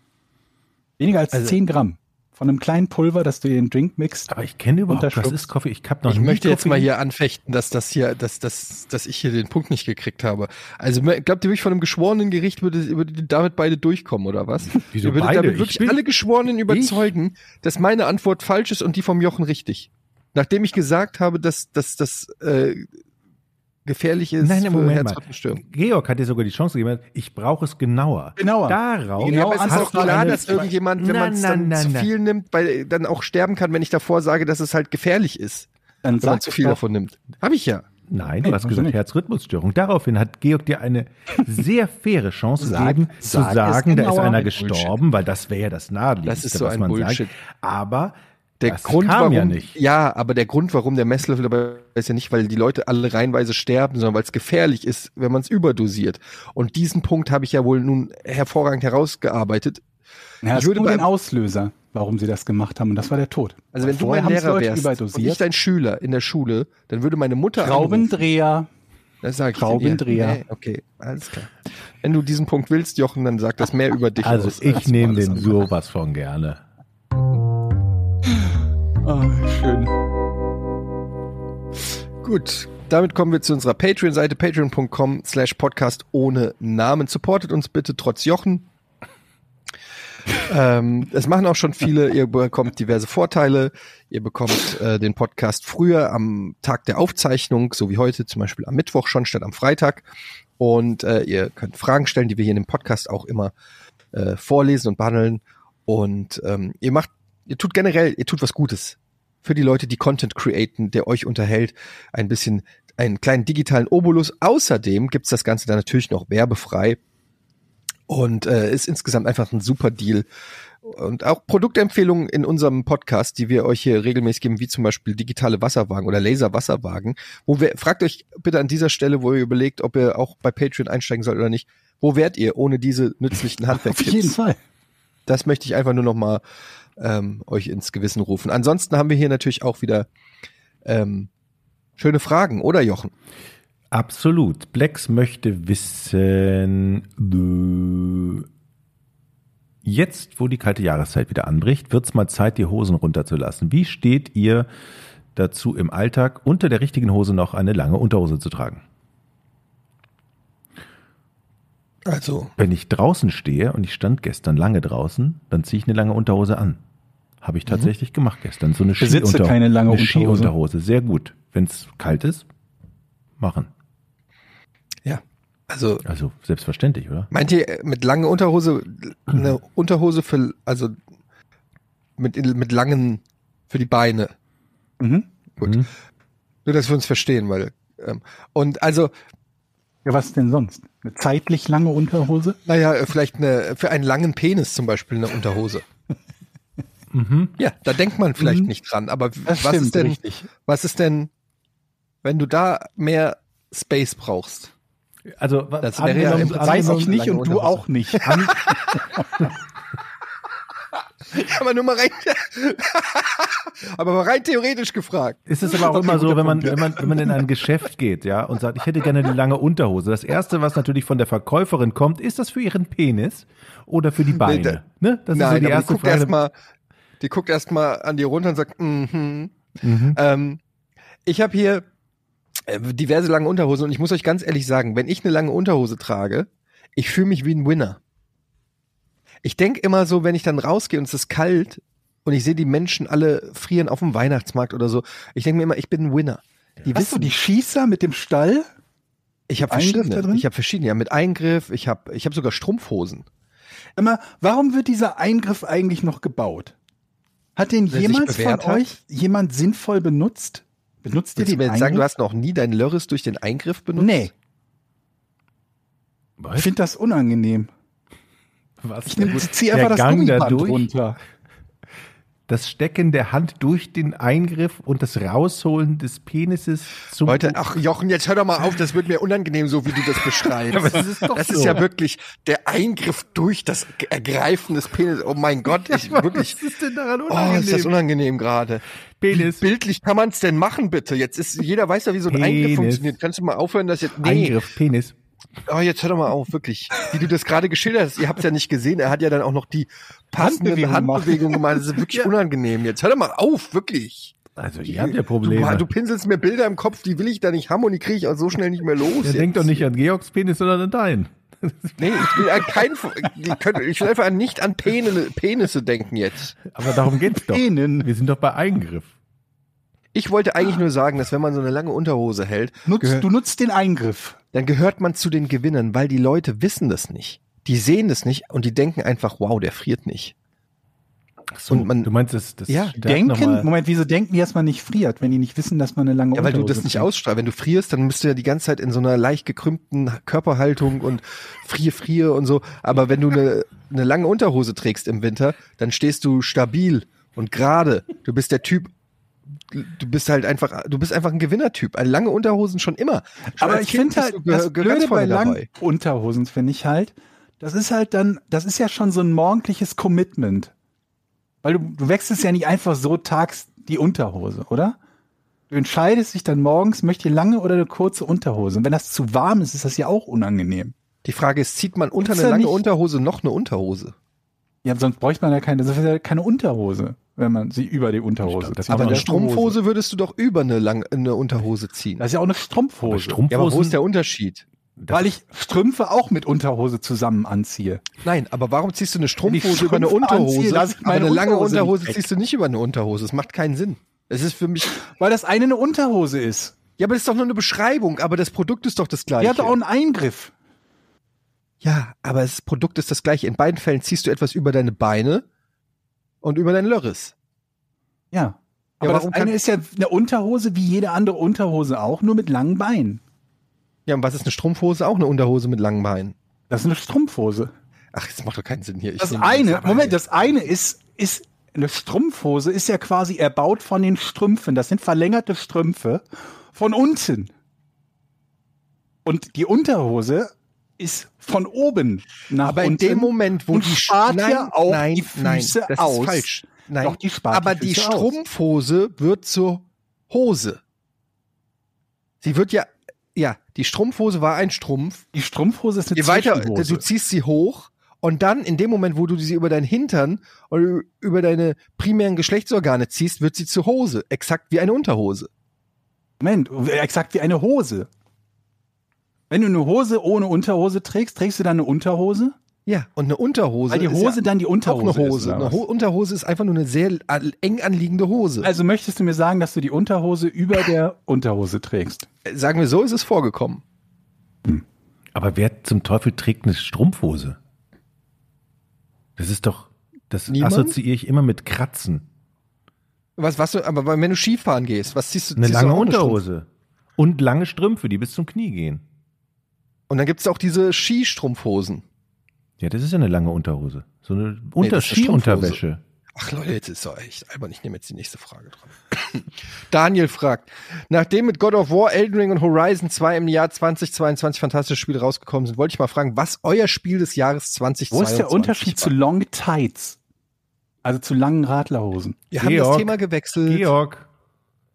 Weniger als
Also-
10 Gramm von einem kleinen Pulver, das du in den Drink mixt.
Aber ich kenne überhaupt, was
Unterschlucks.
ist Koffein? Ich habe noch
Ich
nie
möchte jetzt
Koffein-
mal hier anfechten, dass das hier, dass, dass, dass ich hier den Punkt nicht gekriegt habe. Also me- glaubt ihr wirklich von einem geschworenen Gericht würde, würde damit beide durchkommen oder was?
Wieso
ihr würdet
beide?
damit
Ich
wirklich
bin-
alle Geschworenen überzeugen, dass meine Antwort falsch ist und die vom Jochen richtig. Nachdem ich gesagt habe, dass dass das äh, gefährlich ist
Nein, nein,
für
Moment mal.
Herzrhythmungsstörungen.
Georg hat dir sogar die Chance gegeben, ich brauche es genauer.
Genauer.
Darauf.
Genau.
ja, aber es ist
hast
auch
du
klar,
eine-
dass irgendjemand, wenn
Na,
man es
na,
dann
na,
zu
na.
viel nimmt, weil dann auch sterben kann, wenn ich davor sage, dass es halt gefährlich ist,
Dann
wenn man
sag
zu viel
doch,
davon nimmt. Habe ich ja.
Nein,
Nee,
du hast
muss
gesagt
nicht.
Herzrhythmusstörung. Daraufhin hat Georg dir
*laughs*
eine sehr faire Chance
Sag-
gegeben,
sag
zu
es
sagen, da ist
genauer.
einer
Ein
gestorben, weil das wäre ja das Naheliegendste,
Das ist so
was
ein
man
Bullshit.
sagt. Aber
Der
das
Grund,
kam
warum,
ja nicht.
ja, aber der Grund, warum der Messlöffel dabei ist ja nicht, weil die Leute alle reihenweise sterben, sondern weil es gefährlich ist, wenn man es überdosiert. Und diesen Punkt habe ich ja wohl nun hervorragend herausgearbeitet.
Na,
Ich
es
würde
würde nur den
beim-
Auslöser, warum sie das gemacht haben, und das war der Tod.
Also wenn
Vorher
du mein
haben sie
Lehrer
Leute
wärst und ich
überdosiert.
dein Schüler in der Schule, dann würde meine Mutter anrufen.
Schraubendreher.
Das sag ich
Schraubendreher.
dir. Nee, okay, alles klar. Wenn du diesen Punkt willst, Jochen, dann sag das mehr über dich
Also
aus.
ich nehme
alles
den
andere.
sowas von gerne.
Ah, schön.
Gut, damit kommen wir zu unserer Patreon-Seite, patreon.com slash podcast ohne Namen. Supportet uns bitte trotz Jochen. ähm, das machen auch schon viele. Ihr bekommt diverse Vorteile. Ihr bekommt äh, den Podcast früher am Tag der Aufzeichnung, so wie heute zum Beispiel am Mittwoch schon statt am Freitag. Und äh, ihr könnt Fragen stellen, die wir hier in dem Podcast auch immer äh, vorlesen und behandeln. Und ähm, ihr macht, ihr tut generell, ihr tut was Gutes für die Leute, die Content createn, der euch unterhält, ein bisschen einen kleinen digitalen Obolus. Außerdem gibt's das Ganze dann natürlich noch werbefrei und äh, ist insgesamt einfach ein super Deal, und auch Produktempfehlungen in unserem Podcast, die wir euch hier regelmäßig geben, wie zum Beispiel digitale Wasserwagen oder Laserwasserwagen, wo wir, fragt euch bitte an dieser Stelle, wo ihr überlegt, ob ihr auch bei Patreon einsteigen sollt oder nicht, wo wärt ihr ohne diese nützlichen
Auf jeden
Handwerktipps?
Fall.
Das möchte ich einfach nur nochmal ähm, euch ins Gewissen rufen. Ansonsten haben wir hier natürlich auch wieder ähm, schöne Fragen, oder Jochen?
Absolut. Blex möchte wissen, dö. jetzt, wo die kalte Jahreszeit wieder anbricht, wird's mal Zeit, die Hosen runterzulassen. Wie steht ihr dazu im Alltag, unter der richtigen Hose noch eine lange Unterhose zu tragen?
Also,
Wenn ich draußen stehe und ich stand gestern lange draußen, dann ziehe ich eine lange Unterhose an. Habe ich tatsächlich gemacht gestern. So eine
Mhm. Besitze
Skiunter-
keine lange
eine
Unterhose.
Skiunterhose. Sehr gut. Wenn es kalt ist, machen.
ja. Also,
Also selbstverständlich, oder?
Meint ihr äh, mit lange *clears throat* Unterhose, eine Unterhose für, also mit, mit langen, für die Beine?
Mhm.
Gut. Nur, dass wir uns verstehen, weil, ähm, und also,
Ja, was denn sonst? Eine zeitlich lange Unterhose?
naja, äh, vielleicht eine, für einen langen Penis zum Beispiel eine Unterhose.
Mhm.
Ja, da denkt man vielleicht nicht dran, aber w-
Das
was
stimmt,
ist denn,
richtig.
was ist denn, wenn du da mehr Space brauchst? *laughs*
Also
Das wäre ja im Prinzip-
Weiß
Angenommen,
ich nicht
lange
und du
Unterhose.
auch *laughs* nicht.
Aber nur mal rein, *laughs* aber mal rein theoretisch gefragt.
ist es aber auch immer so, wenn man, wenn, man, wenn man in ein Geschäft geht, ja, und sagt, ich hätte gerne eine lange Unterhose. Das erste, was natürlich von der Verkäuferin kommt, ist das für ihren Penis oder für die Beine? Ne? Das
Nein,
ist so die
aber
erste
die guckt
Frage.
erstmal, die guckt erstmal an dir runter und sagt, mhm. Ähm, ich habe hier äh, diverse lange Unterhosen und ich muss euch ganz ehrlich sagen, wenn ich eine lange Unterhose trage, ich fühle mich wie ein Winner. Ich denk immer so, wenn ich dann rausgehe und es ist kalt und ich sehe die Menschen alle frieren auf dem Weihnachtsmarkt oder so, ich denk mir immer, ich bin ein Winner. Die
Hast du die Schießer mit dem Stall?
ich habe
Eingriff da
verschiedene.
drin?
Ich habe verschiedene, ja, mit Eingriff, ich habe ich hab sogar Strumpfhosen.
Sag mal, warum wird dieser Eingriff eigentlich noch gebaut? Hat den
Wer sich
jemals von
bewährt hat?
euch jemand sinnvoll benutzt? Benutzt ihr
Willst du
den
mir jetzt sagen, du
Eingriff?
hast noch nie deinen Lörris durch den Eingriff benutzt?
Nee, ich
Was?
finde das unangenehm.
Was?
Ich nehm, zieh
Der
einfach das
Gang da
Gummiband
durch?
runter.
Das Stecken der Hand durch den Eingriff und das Rausholen des Penises zum
Leute, ach Jochen, jetzt hör doch mal auf, das wird mir unangenehm, so wie du das
Aber
beschreibst.
das ist doch
das
so.
ist ja wirklich der Eingriff durch das G- Ergreifen des Penis. Oh mein Gott,
*laughs*
ich wirklich.
Was ist denn daran
Oh,
unangenehm?
ist das unangenehm gerade.
Penis.
Wie bildlich kann man es denn machen, bitte? Jetzt ist jeder weiß ja, wie so ein Eingriff
Penis.
funktioniert. Kannst du mal aufhören, dass jetzt. Nee,
Eingriff, Penis.
Oh, jetzt hör doch mal auf, wirklich. Wie du das gerade geschildert hast, ihr habt es ja nicht gesehen. Er hat ja dann auch noch die passenden
Handbewegung
Handbewegungen
gemacht.
gemacht. Das ist
*laughs*
wirklich unangenehm. Jetzt hör doch mal auf, wirklich.
Also ihr habt ja
Du,
Probleme.
du pinselst mir Bilder im Kopf, die will ich da nicht haben und die kriege ich auch so schnell nicht mehr los.
ja,
jetzt.
denkt doch nicht an Georgs Penis, sondern an deinen.
Nee, ich will an kein, die können, ich will einfach an- nicht an Penine, Penisse denken jetzt.
Aber darum geht's doch.
Penen.
Wir sind doch bei Eingriff.
Ich wollte eigentlich nur sagen, dass wenn man so eine lange Unterhose hält,
Nutzt,
gehör,
du nutzt den Eingriff.
dann gehört man zu den Gewinnern, weil die Leute wissen das nicht. Die sehen das nicht und die denken einfach, wow, der friert nicht.
So,
Und man-
du meinst, das, das
Ja,
stärkt
Denken,
nochmal-
Moment, wieso denken die, dass man nicht friert, wenn die nicht wissen, dass man eine lange
Ja, weil du das
Unterhose
nicht
trägt?
ausstrahlst. Wenn du frierst, dann bist du ja die ganze Zeit in so einer leicht gekrümmten Körperhaltung und frier, frier und so. Aber wenn du eine, eine lange Unterhose trägst im Winter, dann stehst du stabil und gerade. Du bist der Typ, du bist halt einfach, du bist einfach ein Gewinnertyp. Eine lange Unterhosen schon immer. Schon
Aber
als
ich
Kind
finde halt,
bist du
das
gehör-
Blöde
ganz
bei
vorne
langen
dabei.
Unterhosen finde ich halt, das ist halt dann, das ist ja schon so ein morgendliches Commitment. Weil du, du wechselst ja nicht einfach so tags die Unterhose, oder? Du entscheidest dich dann morgens, möchte ich lange oder eine kurze Unterhose. Und wenn das zu warm ist, ist das ja auch unangenehm.
Die Frage ist, zieht man unter
Ist
eine
ja
lange
nicht-
Unterhose noch eine Unterhose?
Ja, sonst bräuchte man ja keine, das ist ja keine Unterhose, wenn man sie über die Unterhose
glaub, das
zieht.
war
Aber
noch
eine
das-
Strumpfhose würdest du doch über eine lange, eine Unterhose ziehen.
Das ist ja auch eine
Aber
Strumpfhose.
Ja, aber wo ist
Strumpfhosen,
der Unterschied?
weil ich Strümpfe auch mit Unterhose zusammen anziehe.
Nein, aber warum ziehst du eine Strumpfhose
Strümpfe
über eine Unterhose?
anziehe, lass ich
aber
meine
eine lange
Unterhose nicht
Unterhose
weg.
ziehst du nicht über eine Unterhose. Es macht keinen Sinn. Es ist für mich.
Weil das eine eine Unterhose ist.
Ja, aber das ist doch nur eine Beschreibung, aber das Produkt ist doch das gleiche.
Die hat doch auch einen Eingriff.
ja, aber das Produkt ist das gleiche. In beiden Fällen ziehst du etwas über deine Beine und über dein Lörris.
Ja.
Ja,
Aber das
warum
eine
kann-
ist ja eine Unterhose wie jede andere Unterhose auch, nur mit langen Beinen.
Ja, und was ist eine Strumpfhose? Auch eine Unterhose mit langen Beinen.
Das ist eine Strumpfhose.
Ach, das macht doch keinen Sinn hier. Ich
Das
nehme
eine,
jetzt-
Moment, das eine ist, ist eine Strumpfhose, ist ja quasi erbaut von den Strümpfen. Das sind verlängerte Strümpfe von unten. Und die Unterhose ist von oben nach
Aber in
unten.
dem Moment, wo
und
die
spart
nein,
ja auch
nein,
die
nein,
Füße
das
aus.
ist falsch. Nein,
Doch, die spart
aber
die
die,
Füße aus.
Strumpfhose wird zur Hose. Sie wird ja, ja, die Strumpfhose war ein Strumpf.
Die Strumpfhose ist eine
Je weiter,
Zwischenhose.
du ziehst sie hoch und dann in dem Moment, wo du sie über deinen Hintern oder über deine primären Geschlechtsorgane ziehst, wird sie zur Hose. Exakt wie eine Unterhose.
Moment, äh, exakt wie eine Hose. Wenn du eine Hose ohne Unterhose trägst, trägst du dann eine Unterhose?
Ja, und eine Unterhose.
Weil die
ist
Hose
ja
dann die
auch eine
Unterhose ist,
Hose.
oder
eine
was?
Ho Unterhose ist einfach nur eine sehr an- eng anliegende Hose.
Also möchtest du mir sagen, dass du die Unterhose über der Unterhose trägst?
Sagen wir so, ist es vorgekommen.
Aber wer zum Teufel trägt eine Strumpfhose? Das ist doch, das
Niemand?
assoziiere ich immer mit Kratzen.
Was, was, du- aber wenn du Skifahren gehst, was ziehst du?
Eine
ziehst du
lange
auch Strumpf-
Unterhose. Und lange Strümpfe, die bis zum Knie gehen.
Und dann gibt's auch diese Skistrumpfhosen.
Ja, das ist ja eine lange Unterhose. So eine
Nee,
Unter
das ist eine
Skiunterwäsche.
Ach Leute, jetzt ist doch echt albern. Ich nehme jetzt die nächste Frage dran. *coughs* Daniel fragt, nachdem mit God of War, Elden Ring und Horizon 2 im Jahr 2022 fantastische Spiele rausgekommen sind, wollte ich mal fragen, was euer Spiel des Jahres 2022
Wo ist der Unterschied
war?
zu Long Tights? Also zu langen Radlerhosen.
Wir haben das
Georg.
Thema gewechselt.
Georg,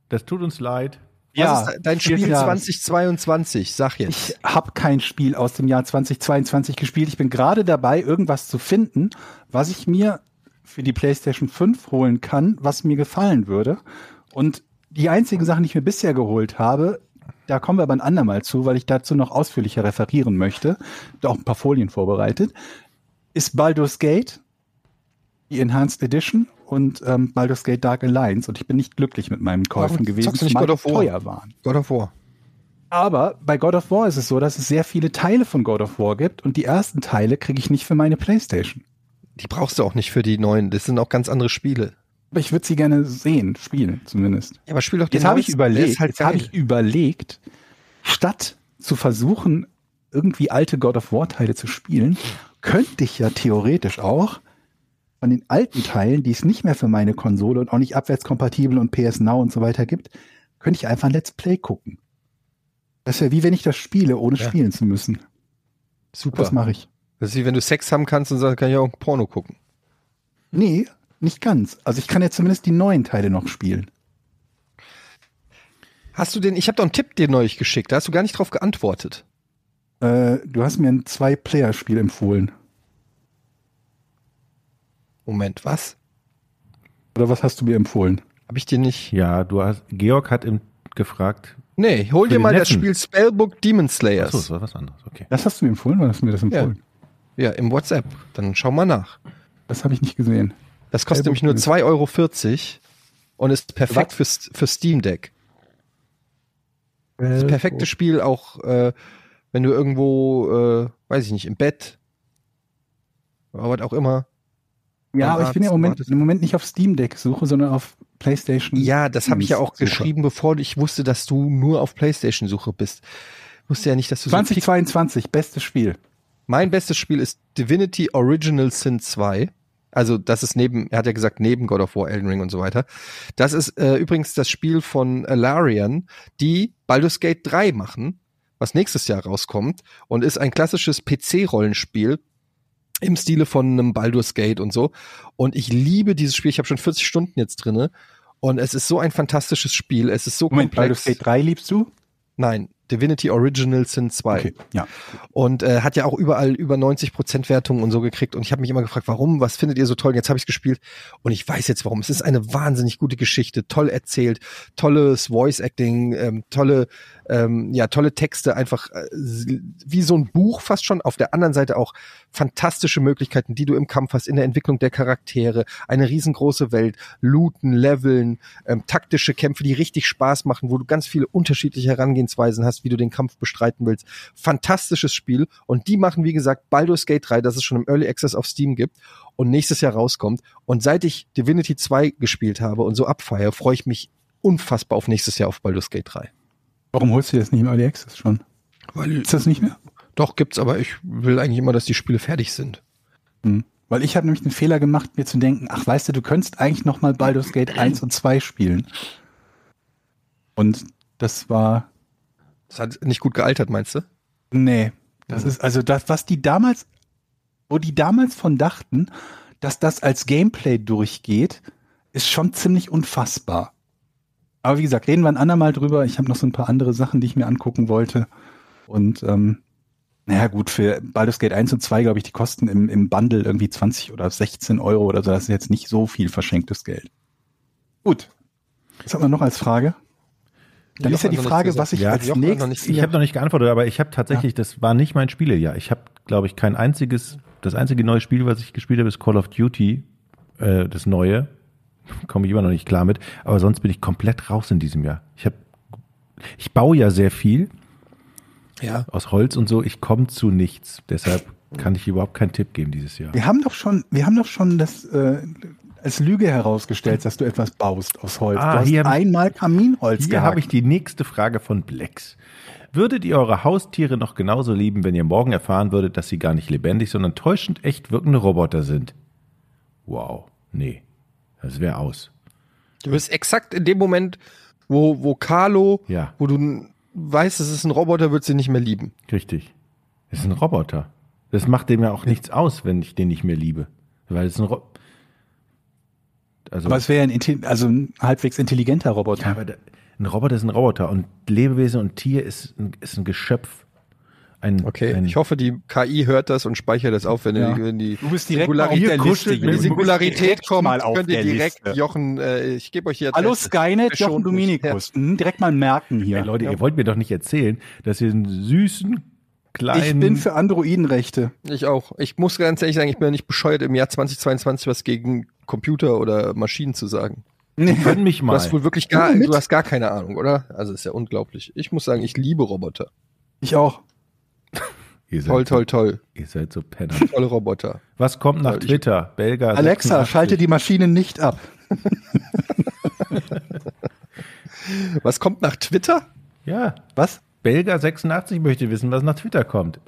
das tut uns leid.
Was ist dein
Spiel des
Spiel
Jahres.
2022? Sag jetzt.
Ich habe kein Spiel aus dem Jahr 2022 gespielt. Ich bin gerade dabei, irgendwas zu finden, was ich mir für die PlayStation 5 holen kann, was mir gefallen würde. Und die einzigen Sachen, die ich mir bisher geholt habe, da kommen wir aber ein andermal zu, weil ich dazu noch ausführlicher referieren möchte. Da auch ein paar Folien vorbereitet. Ist Baldur's Gate, die Enhanced Edition und ähm, Baldur's Gate Dark Alliance. Und ich bin nicht glücklich mit meinen Käufen
Warum
gewesen,
zockst du nicht
zumal
God of
die
War?
teuer waren.
God of War.
Aber bei God of War ist es so, dass es sehr viele Teile von God of War gibt und die ersten Teile kriege ich nicht für meine Playstation.
Die brauchst du auch nicht für die neuen. Das sind auch ganz andere Spiele.
Aber ich würde sie gerne sehen, spielen zumindest.
Ja, aber spiel doch den
Jetzt habe ich
neuesten. Der
überlegt,
ist halt
jetzt habe
geil.
ich überlegt, statt zu versuchen, irgendwie alte God of War Teile zu spielen, könnte ich ja theoretisch auch von den alten Teilen, die es nicht mehr für meine Konsole und auch nicht abwärtskompatibel und PS Now und so weiter gibt, könnte ich einfach ein Let's Play gucken. Das wäre wie wenn ich das spiele, ohne
Ja.
spielen zu müssen.
Super.
Das mache ich.
Das ist wie wenn du Sex haben kannst und sagst, kann ich auch Porno gucken.
Nee, nicht ganz. Also ich kann ja zumindest die neuen Teile noch spielen.
Hast du den, ich habe doch einen Tipp dir neulich geschickt, da hast du gar nicht drauf geantwortet.
Äh, du hast mir ein Zwei-Player-Spiel empfohlen.
Moment, was?
Oder was hast du mir empfohlen?
Hab ich dir nicht.
Ja, du hast, Georg hat im, gefragt.
Nee, hol
Für
dir
den
mal das
Neffen.
Spiel Spellbook Demon
Ach so, das
Slayers.
war was anderes. Okay.
Das hast du mir empfohlen? Wann hast du mir das empfohlen?
Ja, im WhatsApp. Dann schau mal nach.
Das habe ich nicht gesehen.
Das kostet
Spellbook
nämlich nur
Demon-
2,40 Euro und ist perfekt
Was?
für, für Steam Deck. Das perfekte Spiel auch, äh, wenn du irgendwo, äh, weiß ich nicht, im Bett, aber was auch immer.
Ja, aber ich bin ja im Moment,
Wartest-
im Moment nicht auf Steam Deck suche, sondern auf PlayStation.
Ja, das habe ich ja auch
Suche.
geschrieben, bevor ich wusste, dass du nur auf PlayStation-Suche bist. Ich wusste ja nicht, dass du so pick-
2022, bestes Spiel.
Mein bestes Spiel ist Divinity Original Sin 2. Also, das ist neben, er hat ja gesagt, neben God of War, Elden Ring und so weiter. Das ist äh, übrigens das Spiel von Alarian, die Baldur's Gate 3 machen, was nächstes Jahr rauskommt und ist ein klassisches PC-Rollenspiel im Stile von einem Baldur's Gate und so. Und ich liebe dieses Spiel. Ich habe schon 40 Stunden jetzt drinne. Und es ist so ein fantastisches Spiel. Es ist so
Moment, Baldur's
komplex.
Gate 3 liebst du?
Nein, Divinity Original Sin 2
ja.
und äh, hat ja auch überall über 90% Wertungen und so gekriegt. Und ich habe mich immer gefragt, warum, was findet ihr so toll? Und jetzt habe ich gespielt und ich weiß jetzt warum. Es ist eine wahnsinnig gute Geschichte, toll erzählt, tolles Voice-Acting, ähm, tolle, ähm, ja, tolle Texte, einfach äh, wie so ein Buch fast schon. Auf der anderen Seite auch fantastische Möglichkeiten, die du im Kampf hast, in der Entwicklung der Charaktere, eine riesengroße Welt, looten, leveln, ähm, taktische Kämpfe, die richtig Spaß machen, wo du ganz viele unterschiedliche Herangehensweisen hast, wie du den Kampf bestreiten willst. Fantastisches Spiel. Und die machen, wie gesagt, Baldur's Gate 3, das es schon im Early Access auf Steam gibt und nächstes Jahr rauskommt. Und seit ich Divinity 2 gespielt habe und so abfeiere, freue ich mich unfassbar auf nächstes Jahr auf Baldur's Gate 3.
Warum holst du das nicht im Early Access schon?
Weil
Ist das nicht mehr?
doch gibt's, aber ich will eigentlich immer, dass die Spiele fertig sind.
Weil ich habe nämlich den Fehler gemacht, mir zu denken, ach weißt du, du könntest eigentlich noch mal Baldur's Gate 1 und 2 spielen. Und das war
Das hat nicht gut gealtert, meinst du?
Nee, das ist also das, was die damals, wo die damals von dachten, dass das als Gameplay durchgeht, ist schon ziemlich unfassbar. Aber wie gesagt, reden wir ein andermal drüber. Ich habe noch so ein paar andere Sachen, die ich mir angucken wollte. Und ähm, naja, gut, für Baldur's Gate 1 und 2, glaube ich, die kosten im, im Bundle irgendwie 20 oder 16 Euro oder so. Das ist jetzt nicht so viel verschenktes Geld. Gut. Was hat man noch als Frage? Dann
Jochen
ist ja die
hat noch
Frage,
nichts
was ich
gesagt.
als
Jochen hat noch
nächstes
nichts
Ich habe noch nicht geantwortet, aber ich habe tatsächlich, das war nicht mein Spielejahr. Ich habe, glaube ich, kein einziges, das einzige neue Spiel, was ich gespielt habe, ist Call of Duty, äh, das neue. Komme ich immer noch nicht klar mit. Aber sonst bin ich komplett raus in diesem Jahr. Ich habe, ich baue ja sehr viel
Ja.
aus Holz und so. Ich komme zu nichts. Deshalb kann ich überhaupt keinen Tipp geben dieses Jahr.
Wir haben doch schon, wir haben doch schon das äh, als Lüge herausgestellt, dass du etwas baust aus Holz.
Ah,
du hast
hier-
einmal Kaminholz
Hier
gehabt.
habe ich die nächste Frage von Blex. Würdet ihr eure Haustiere noch genauso lieben, wenn ihr morgen erfahren würdet, dass sie gar nicht lebendig, sondern täuschend echt wirkende Roboter sind? Wow, nee, das wäre aus.
Du bist exakt in dem Moment, wo, wo Carlo,
Ja.
wo du n- weißt, es ist ein Roboter, wird sie nicht mehr lieben.
Richtig. Das ist ein Roboter. Das macht dem ja auch nichts aus, wenn ich den nicht mehr liebe. Weil es ein Roboter. Also,
aber es wäre ein, intelli- also ein halbwegs intelligenter Roboter.
ja, aber da, ein Roboter ist ein Roboter und Lebewesen und Tier ist ein, ist ein Geschöpf. Ein,
Okay.
ein,
ich hoffe, die KI hört das und speichert das auf, wenn,
Ja.
die, wenn die
Du bist direkt mal auf
Singulari-
der Liste,
wenn die
Junge. Du bist
Singularität
direkt
kommt,
mal auf
könnt ihr
der
direkt
Liste.
Jochen, äh, ich gebe euch die
Hallo
Adresse.
Skynet,
Verschont
Jochen
mich.
Dominikus. Mhm, direkt mal merken hier.
Ey, Leute, ihr wollt mir doch nicht erzählen, dass ihr einen süßen, kleinen.
ich bin für Androidenrechte.
Ja, ich auch. Ich muss ganz ehrlich sagen, ich bin ja nicht bescheuert, im Jahr 2022 was gegen Computer oder Maschinen zu sagen.
Gönn mich
Du
mal.
hast wohl wirklich gar,
Ja, mit.
du hast gar keine Ahnung, oder? Also ist ja unglaublich. Ich muss sagen, ich liebe Roboter.
Ich auch.
Ihr seid,
Toll, toll, toll.
Ihr seid so Penner.
Tolle Roboter.
Was kommt nach
Ich-
Twitter? Belga.
Alexa, schalte die Maschine nicht ab.
Was kommt nach Twitter?
Ja.
Was?
Belga 86 möchte wissen, was nach Twitter kommt.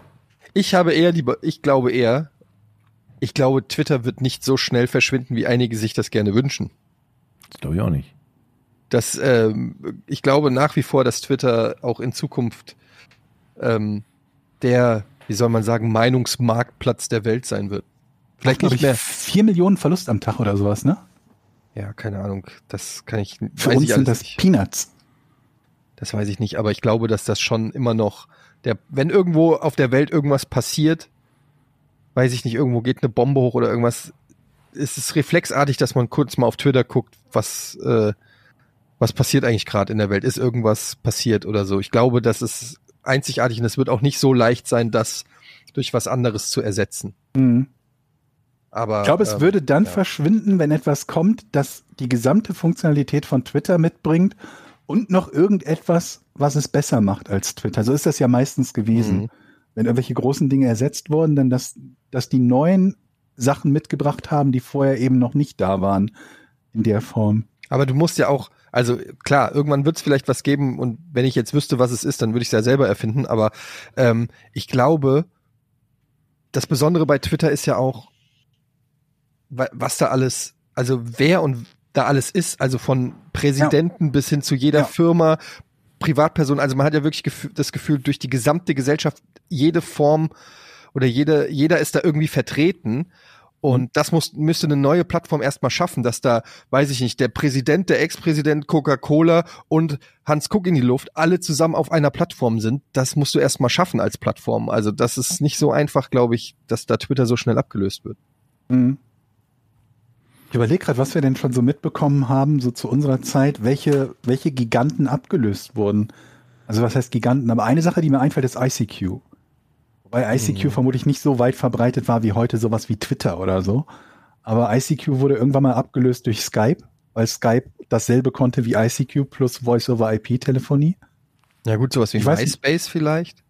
Ich habe eher lieber, ich glaube eher, ich glaube, Twitter wird nicht so schnell verschwinden, wie einige sich das gerne wünschen.
Das glaube ich auch nicht.
Das, ähm, ich glaube nach wie vor, dass Twitter auch in Zukunft ähm, der, wie soll man sagen, Meinungsmarktplatz der Welt sein wird. Vielleicht
Glaub
nicht
ich,
mehr.
vier Millionen Verlust am Tag oder sowas, ne?
Ja, keine Ahnung. Das kann ich,
Für
weiß
uns
ich
sind
alles
das
nicht.
Peanuts.
Das weiß ich nicht, aber ich glaube, dass das schon immer noch der, wenn irgendwo auf der Welt irgendwas passiert, weiß ich nicht, irgendwo geht eine Bombe hoch oder irgendwas, ist es reflexartig, dass man kurz mal auf Twitter guckt, was, äh, was passiert eigentlich gerade in der Welt? Ist irgendwas passiert oder so? Ich glaube, das ist einzigartig und es wird auch nicht so leicht sein, das durch was anderes zu ersetzen.
Mhm.
Aber
Ich glaube, es
ähm,
würde dann
ja.
verschwinden, wenn etwas kommt, das die gesamte Funktionalität von Twitter mitbringt und noch irgendetwas, was es besser macht als Twitter. So ist das ja meistens gewesen.
Mhm.
Wenn irgendwelche großen Dinge ersetzt wurden, dann dass, dass die neuen Sachen mitgebracht haben, die vorher eben noch nicht da waren in der Form.
Aber du musst ja auch, also klar, irgendwann wird es vielleicht was geben und wenn ich jetzt wüsste, was es ist, dann würde ich es ja selber erfinden. Aber ähm, ich glaube, das Besondere bei Twitter ist ja auch, wa- was da alles, also wer und da alles ist, also von Präsidenten bis hin zu jeder
Ja.
Firma, Privatperson. Also man hat ja wirklich gef- das Gefühl, durch die gesamte Gesellschaft, jede Form oder jede, jeder ist da irgendwie vertreten.
Mhm.
Und das muss, müsste eine neue Plattform erstmal schaffen, dass da, weiß ich nicht, der Präsident, der Ex-Präsident Coca-Cola und Hans Kuck in die Luft alle zusammen auf einer Plattform sind. Das musst du erstmal schaffen als Plattform. Also das ist nicht so einfach, glaube ich, dass da Twitter so schnell abgelöst wird.
Mhm. Ich überlege gerade, was wir denn schon so mitbekommen haben, so zu unserer Zeit, welche, welche Giganten abgelöst wurden. Also was heißt Giganten? Aber eine Sache, die mir einfällt, ist ICQ. Wobei ICQ vermutlich nicht so weit verbreitet war wie heute sowas wie Twitter oder so. Aber ICQ wurde irgendwann mal abgelöst durch Skype, weil Skype dasselbe konnte wie ICQ plus Voice-over-IP-Telefonie.
Ja gut, sowas wie
Ich weiß
MySpace vielleicht.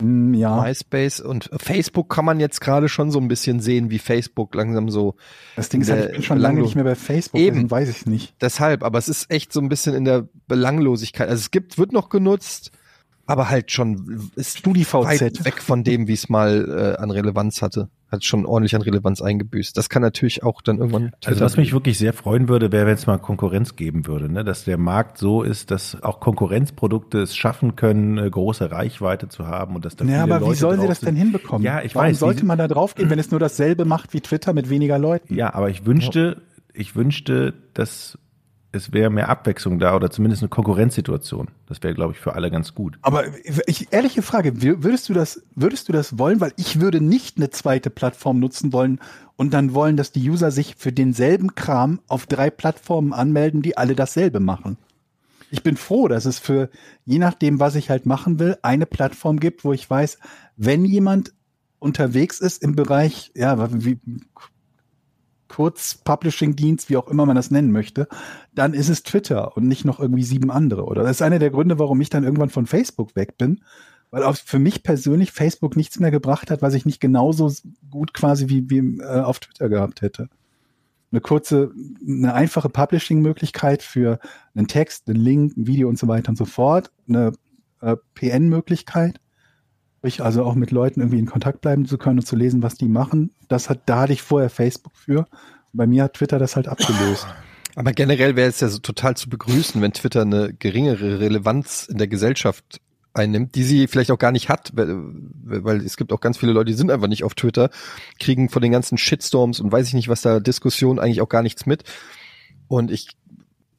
Hm, ja,
MySpace und Facebook kann man jetzt gerade schon so ein bisschen sehen, wie Facebook langsam so
das Ding ist halt, ich
der-
bin schon lange
Langlo-
nicht mehr bei Facebook,
Eben.
deswegen weiß ich nicht.
deshalb, aber es ist echt so ein bisschen in der Belanglosigkeit. Also es gibt, wird noch genutzt, aber halt schon ist weit
StudiVZ.
weg von dem, wie es mal äh, an Relevanz hatte. Hat schon ordentlich an Relevanz eingebüßt. Das kann natürlich auch dann irgendwann.
Also
Twitter-
was mich wirklich sehr freuen würde, wäre, wenn es mal Konkurrenz geben würde, ne? dass der Markt so ist, dass auch Konkurrenzprodukte es schaffen können, eine große Reichweite zu haben und dass da viele
Ja, aber
Leute
wie sollen sie
drauf
das
sind.
denn hinbekommen?
Ja, ich
Warum
weiß.
sollte
wie-
man da draufgehen, wenn es nur dasselbe macht wie Twitter mit weniger Leuten?
Ja, aber ich wünschte, ich wünschte, dass es wäre mehr Abwechslung da oder zumindest eine Konkurrenzsituation. Das wäre, glaube ich, für alle ganz gut.
Aber ich, ehrliche Frage, wür- würdest du das, würdest du das wollen? Weil ich würde nicht eine zweite Plattform nutzen wollen und dann wollen, dass die User sich für denselben Kram auf drei Plattformen anmelden, die alle dasselbe machen. Ich bin froh, dass es für, je nachdem, was ich halt machen will, eine Plattform gibt, wo ich weiß, wenn jemand unterwegs ist im Bereich, ja, wie, kurz Publishing-Dienst, wie auch immer man das nennen möchte, dann ist es Twitter und nicht noch irgendwie sieben andere. Oder das ist einer der Gründe, warum ich dann irgendwann von Facebook weg bin, weil auch für mich persönlich Facebook nichts mehr gebracht hat, was ich nicht genauso s- gut quasi wie, wie äh, auf Twitter gehabt hätte. Eine kurze, eine einfache Publishing-Möglichkeit für einen Text, einen Link, ein Video und so weiter und so fort. Eine äh, PN-Möglichkeit, sprich also auch mit Leuten irgendwie in Kontakt bleiben zu können und zu lesen, was die machen. Das hat, da hatte ich vorher Facebook für. Und bei mir hat Twitter das halt abgelöst.
Aber generell wäre es ja so total zu begrüßen, wenn Twitter eine geringere Relevanz in der Gesellschaft einnimmt, die sie vielleicht auch gar nicht hat, weil weil es gibt auch ganz viele Leute, die sind einfach nicht auf Twitter, kriegen von den ganzen Shitstorms und weiß ich nicht, was da Diskussionen eigentlich auch gar nichts mit. Und ich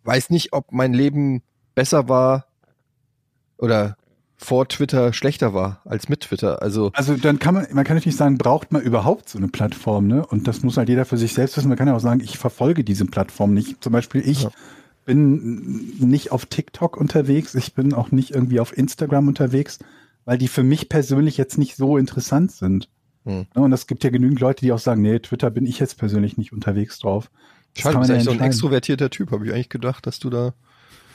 weiß nicht, ob mein Leben besser war oder vor Twitter schlechter war als mit Twitter. Also
Also dann kann man, man kann natürlich sagen, braucht man überhaupt so eine Plattform, ne? Und das muss halt jeder für sich selbst wissen. Man kann ja auch sagen, ich verfolge diese Plattform nicht. Zum Beispiel ich
Ja.
bin nicht auf TikTok unterwegs, ich bin auch nicht irgendwie auf Instagram unterwegs, weil die für mich persönlich jetzt nicht so interessant sind.
Hm.
Ne? Und es gibt ja genügend Leute, die auch sagen, nee, Twitter bin ich jetzt persönlich nicht unterwegs drauf. Das
Schade, du
kann man
bist
ja
eigentlich so ein
entscheiden.
extrovertierter Typ, habe ich eigentlich gedacht, dass du da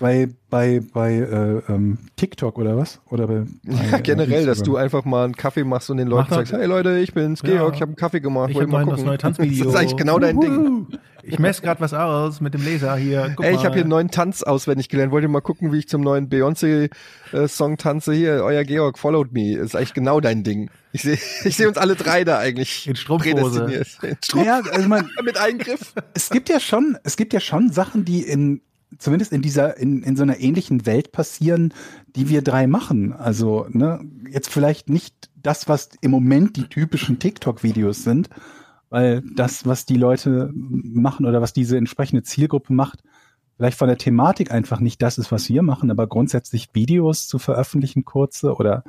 Bei, bei, bei äh, ähm, TikTok oder was? Oder bei, bei
Ja,
äh,
generell, dass
Instagram.
du einfach mal einen Kaffee machst und den Leuten
Mach doch-
sagst, hey Leute, ich bin's,
Ja.
Georg, ich habe einen Kaffee gemacht,
Ich
wollt
habe
ihr mal
mal das
gucken. *laughs*
neue Tanzvideo.
Das ist eigentlich genau dein Ding.
Uhu. Ich messe gerade was aus mit dem Laser hier. Guck
Ey, ich habe
mal.
hier einen neuen Tanz auswendig gelernt. Wollt ihr mal gucken, wie ich zum neuen Beyoncé-Song tanze? Hier, euer Georg, followed me. Ist eigentlich genau dein Ding. Ich sehe ich seh *laughs* uns alle drei da eigentlich.
In Strumpfhose.
prädestiniert. *laughs* In Strumpf
Ja, also man,
mit Eingriff.
es gibt ja schon, es gibt ja schon Sachen, die in zumindest in dieser in, in so einer ähnlichen Welt passieren, die wir drei machen. Also ne, jetzt vielleicht nicht das, was im Moment die typischen TikTok-Videos sind, weil das, was die Leute machen oder was diese entsprechende Zielgruppe macht, vielleicht von der Thematik einfach nicht das ist, was wir machen, aber grundsätzlich Videos zu veröffentlichen, kurze oder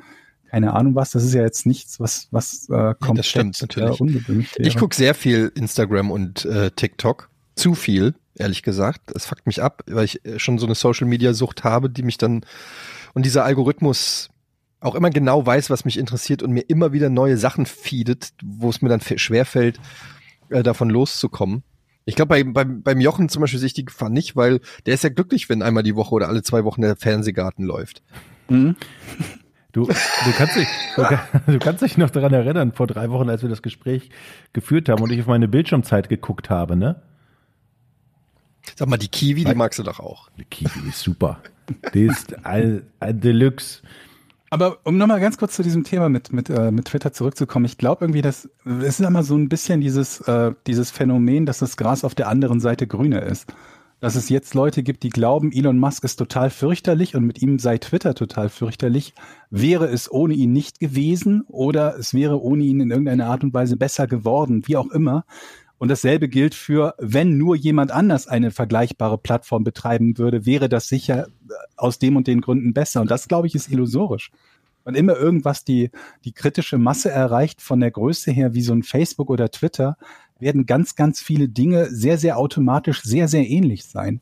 keine Ahnung was, das ist ja jetzt nichts, was was äh, komplett
stimmt natürlich.
Äh, unbedingt
Ich guck sehr viel Instagram und äh, TikTok. Zu viel, ehrlich gesagt. Es fuckt mich ab, weil ich äh, schon so eine Social-Media-Sucht habe, die mich dann und dieser Algorithmus auch immer genau weiß, was mich interessiert und mir immer wieder neue Sachen feedet, wo es mir dann fe- schwerfällt, äh, davon loszukommen. Ich glaube, bei, beim, beim Jochen zum Beispiel sehe ich die Gefahr nicht, weil der ist ja glücklich, wenn einmal die Woche oder alle zwei Wochen der Fernsehgarten läuft.
Mhm.
Du, du, kannst dich, du, kann- du kannst dich noch daran erinnern, vor drei Wochen, als wir das Gespräch geführt haben und ich auf meine Bildschirmzeit geguckt habe, ne?
Sag mal, die Kiwi, die magst du doch auch.
Die Kiwi ist super. Die ist ein, ein Deluxe.
Aber um nochmal ganz kurz zu diesem Thema mit, mit, äh, mit Twitter zurückzukommen, ich glaube irgendwie, dass es ist immer so ein bisschen dieses, äh, dieses Phänomen, dass das Gras auf der anderen Seite grüner ist. Dass es jetzt Leute gibt, die glauben, Elon Musk ist total fürchterlich und mit ihm sei Twitter total fürchterlich. Wäre es ohne ihn nicht gewesen oder es wäre ohne ihn in irgendeiner Art und Weise besser geworden, wie auch immer. Und dasselbe gilt für, wenn nur jemand anders eine vergleichbare Plattform betreiben würde, wäre das sicher äh, aus dem und den Gründen besser. Und das, glaube ich, ist illusorisch. Wenn immer irgendwas die, die kritische Masse erreicht, von der Größe her wie so ein Facebook oder Twitter, werden ganz, ganz viele Dinge sehr, sehr automatisch sehr, sehr ähnlich sein.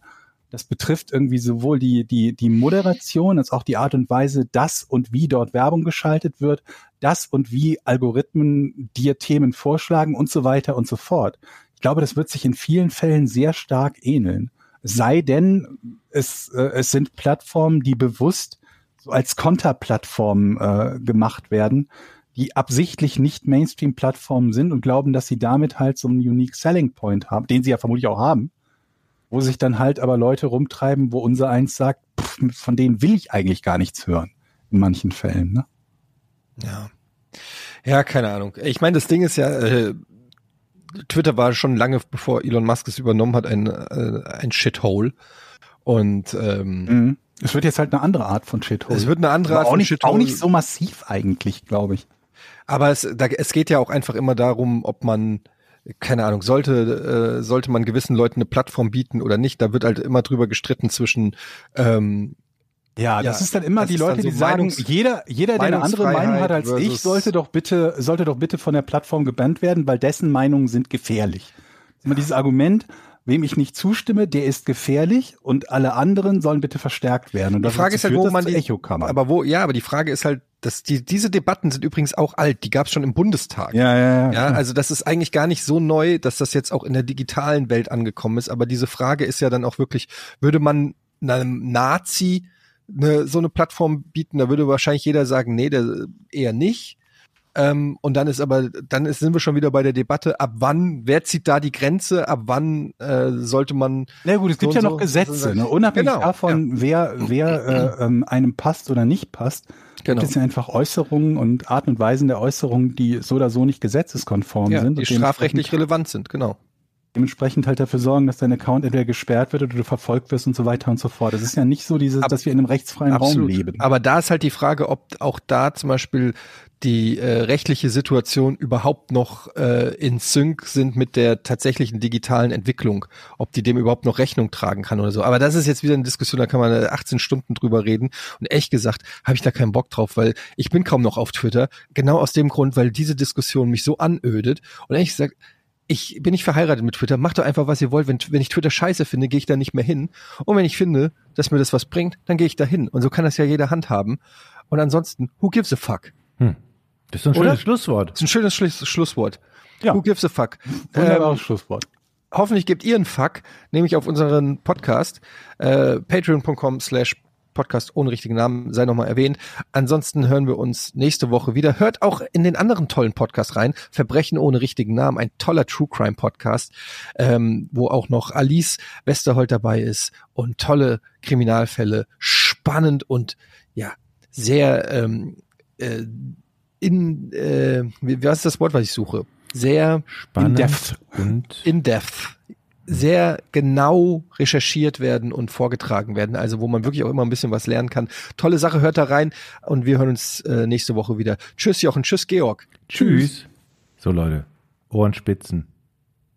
Das betrifft irgendwie sowohl die, die, die Moderation als auch die Art und Weise, dass und wie dort Werbung geschaltet wird, das und wie Algorithmen dir Themen vorschlagen und so weiter und so fort. Ich glaube, das wird sich in vielen Fällen sehr stark ähneln. Sei denn, es, äh, es sind Plattformen, die bewusst so als Konterplattformen äh, gemacht werden, die absichtlich nicht Mainstream-Plattformen sind und glauben, dass sie damit halt so einen Unique Selling Point haben, den sie ja vermutlich auch haben, wo sich dann halt aber Leute rumtreiben, wo unser eins sagt, pff, von denen will ich eigentlich gar nichts hören. in manchen Fällen. Ne?
Ja. Ja, keine Ahnung. Ich meine, das Ding ist ja, äh, Twitter war schon lange bevor Elon Musk es übernommen hat, ein, äh, ein Shithole. Und ähm,
Mhm. Es wird jetzt halt eine andere Art von Shithole.
es wird eine andere
Aber
Art
auch
von
nicht,
Shithole.
Auch nicht so massiv eigentlich, glaube ich.
Aber es, da, es geht ja auch einfach immer darum, ob man, keine Ahnung, sollte, äh, sollte man gewissen Leuten eine Plattform bieten oder nicht. Da wird halt immer drüber gestritten zwischen ähm,
Ja,
Ja,
das ist dann immer
das
die
ist
Leute,
dann so
die sagen,
Meinungs-
jeder, jeder, der eine andere Meinung hat als ich,
versus-
sollte doch bitte, sollte doch bitte von der Plattform gebannt werden, weil dessen Meinungen sind gefährlich. Immer dieses Argument, wem ich nicht zustimme, der ist gefährlich und alle anderen sollen bitte verstärkt werden. Und
Die Frage ist halt, wo man die
Echokammer.
Aber wo, ja, aber die Frage ist halt, dass die, diese Debatten sind übrigens auch alt, die gab es schon im Bundestag.
ja, ja, ja.
Ja, also das ist eigentlich gar nicht so neu, dass das jetzt auch in der digitalen Welt angekommen ist. Aber diese Frage ist ja dann auch wirklich, würde man einem Nazi eine, so eine Plattform bieten, da würde wahrscheinlich jeder sagen, nee, der, eher nicht. Ähm, und dann ist aber, dann ist, sind wir schon wieder bei der Debatte, ab wann, wer zieht da die Grenze, ab wann äh, sollte man
Na gut, es gibt
so
ja
und
noch
so.
Gesetze, ne? unabhängig
Genau,
davon, wer,
*clears throat*
wer äh, ähm, einem passt oder nicht passt.
Genau.
Gibt es ja einfach Äußerungen und Arten und Weisen der Äußerungen, die so oder so nicht gesetzeskonform
ja,
sind.
die
und dementsprechend-
strafrechtlich relevant sind, genau.
dementsprechend halt dafür sorgen, dass dein Account entweder gesperrt wird oder du verfolgt wirst und so weiter und so fort. Es ist ja nicht so, dieses,
Ab-
dass wir in einem rechtsfreien Raum
Absolut.
leben.
Aber da ist halt die Frage, ob auch da zum Beispiel die äh, rechtliche Situation überhaupt noch äh, in Sync sind mit der tatsächlichen digitalen Entwicklung, ob die dem überhaupt noch Rechnung tragen kann oder so. Aber das ist jetzt wieder eine Diskussion, da kann man äh, 18 Stunden drüber reden. Und echt gesagt, habe ich da keinen Bock drauf, weil ich bin kaum noch auf Twitter. Genau aus dem Grund, weil diese Diskussion mich so anödet. Und ehrlich gesagt, ich bin nicht verheiratet mit Twitter, macht doch einfach, was ihr wollt. Wenn, wenn ich Twitter scheiße finde, gehe ich da nicht mehr hin. Und wenn ich finde, dass mir das was bringt, dann gehe ich da hin. Und so kann das ja jeder handhaben. Und ansonsten, who gives a fuck?
Das ist ein
Oder?
schönes Schlusswort.
Das ist ein schönes Schluss, Schlusswort.
Ja.
Who gives a fuck?
Wunderbares
ähm,
Schlusswort.
hoffentlich gebt ihr einen Fuck, nämlich auf unseren Podcast, äh, patreon.com slash Podcast ohne richtigen Namen, sei nochmal erwähnt. Ansonsten hören wir uns nächste Woche wieder. Hört auch in den anderen tollen Podcast rein. Verbrechen ohne richtigen Namen, ein toller True Crime Podcast, ähm, wo auch noch Alice Westerholt dabei ist und tolle Kriminalfälle. Spannend und ja, sehr ähm, äh, in, äh, wie, was ist das Wort, was ich suche? Sehr
Spannend
depth.
und
in-depth sehr genau recherchiert werden und vorgetragen werden, also wo man wirklich auch immer ein bisschen was lernen kann. Tolle Sache, hört da rein und wir hören uns äh, nächste Woche wieder. Tschüss Jochen, tschüss Georg.
tschüss. So Leute, Ohrenspitzen.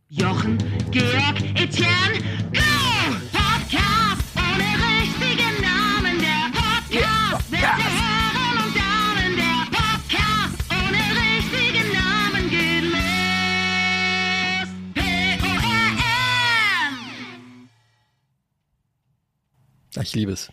Jochen, Georg, Etienne, go! Podcast ohne richtigen Namen, der Podcast, der zu Herren und Damen, der Podcast ohne richtigen Namen geht los. E P-O-R-N!
Ich liebe es.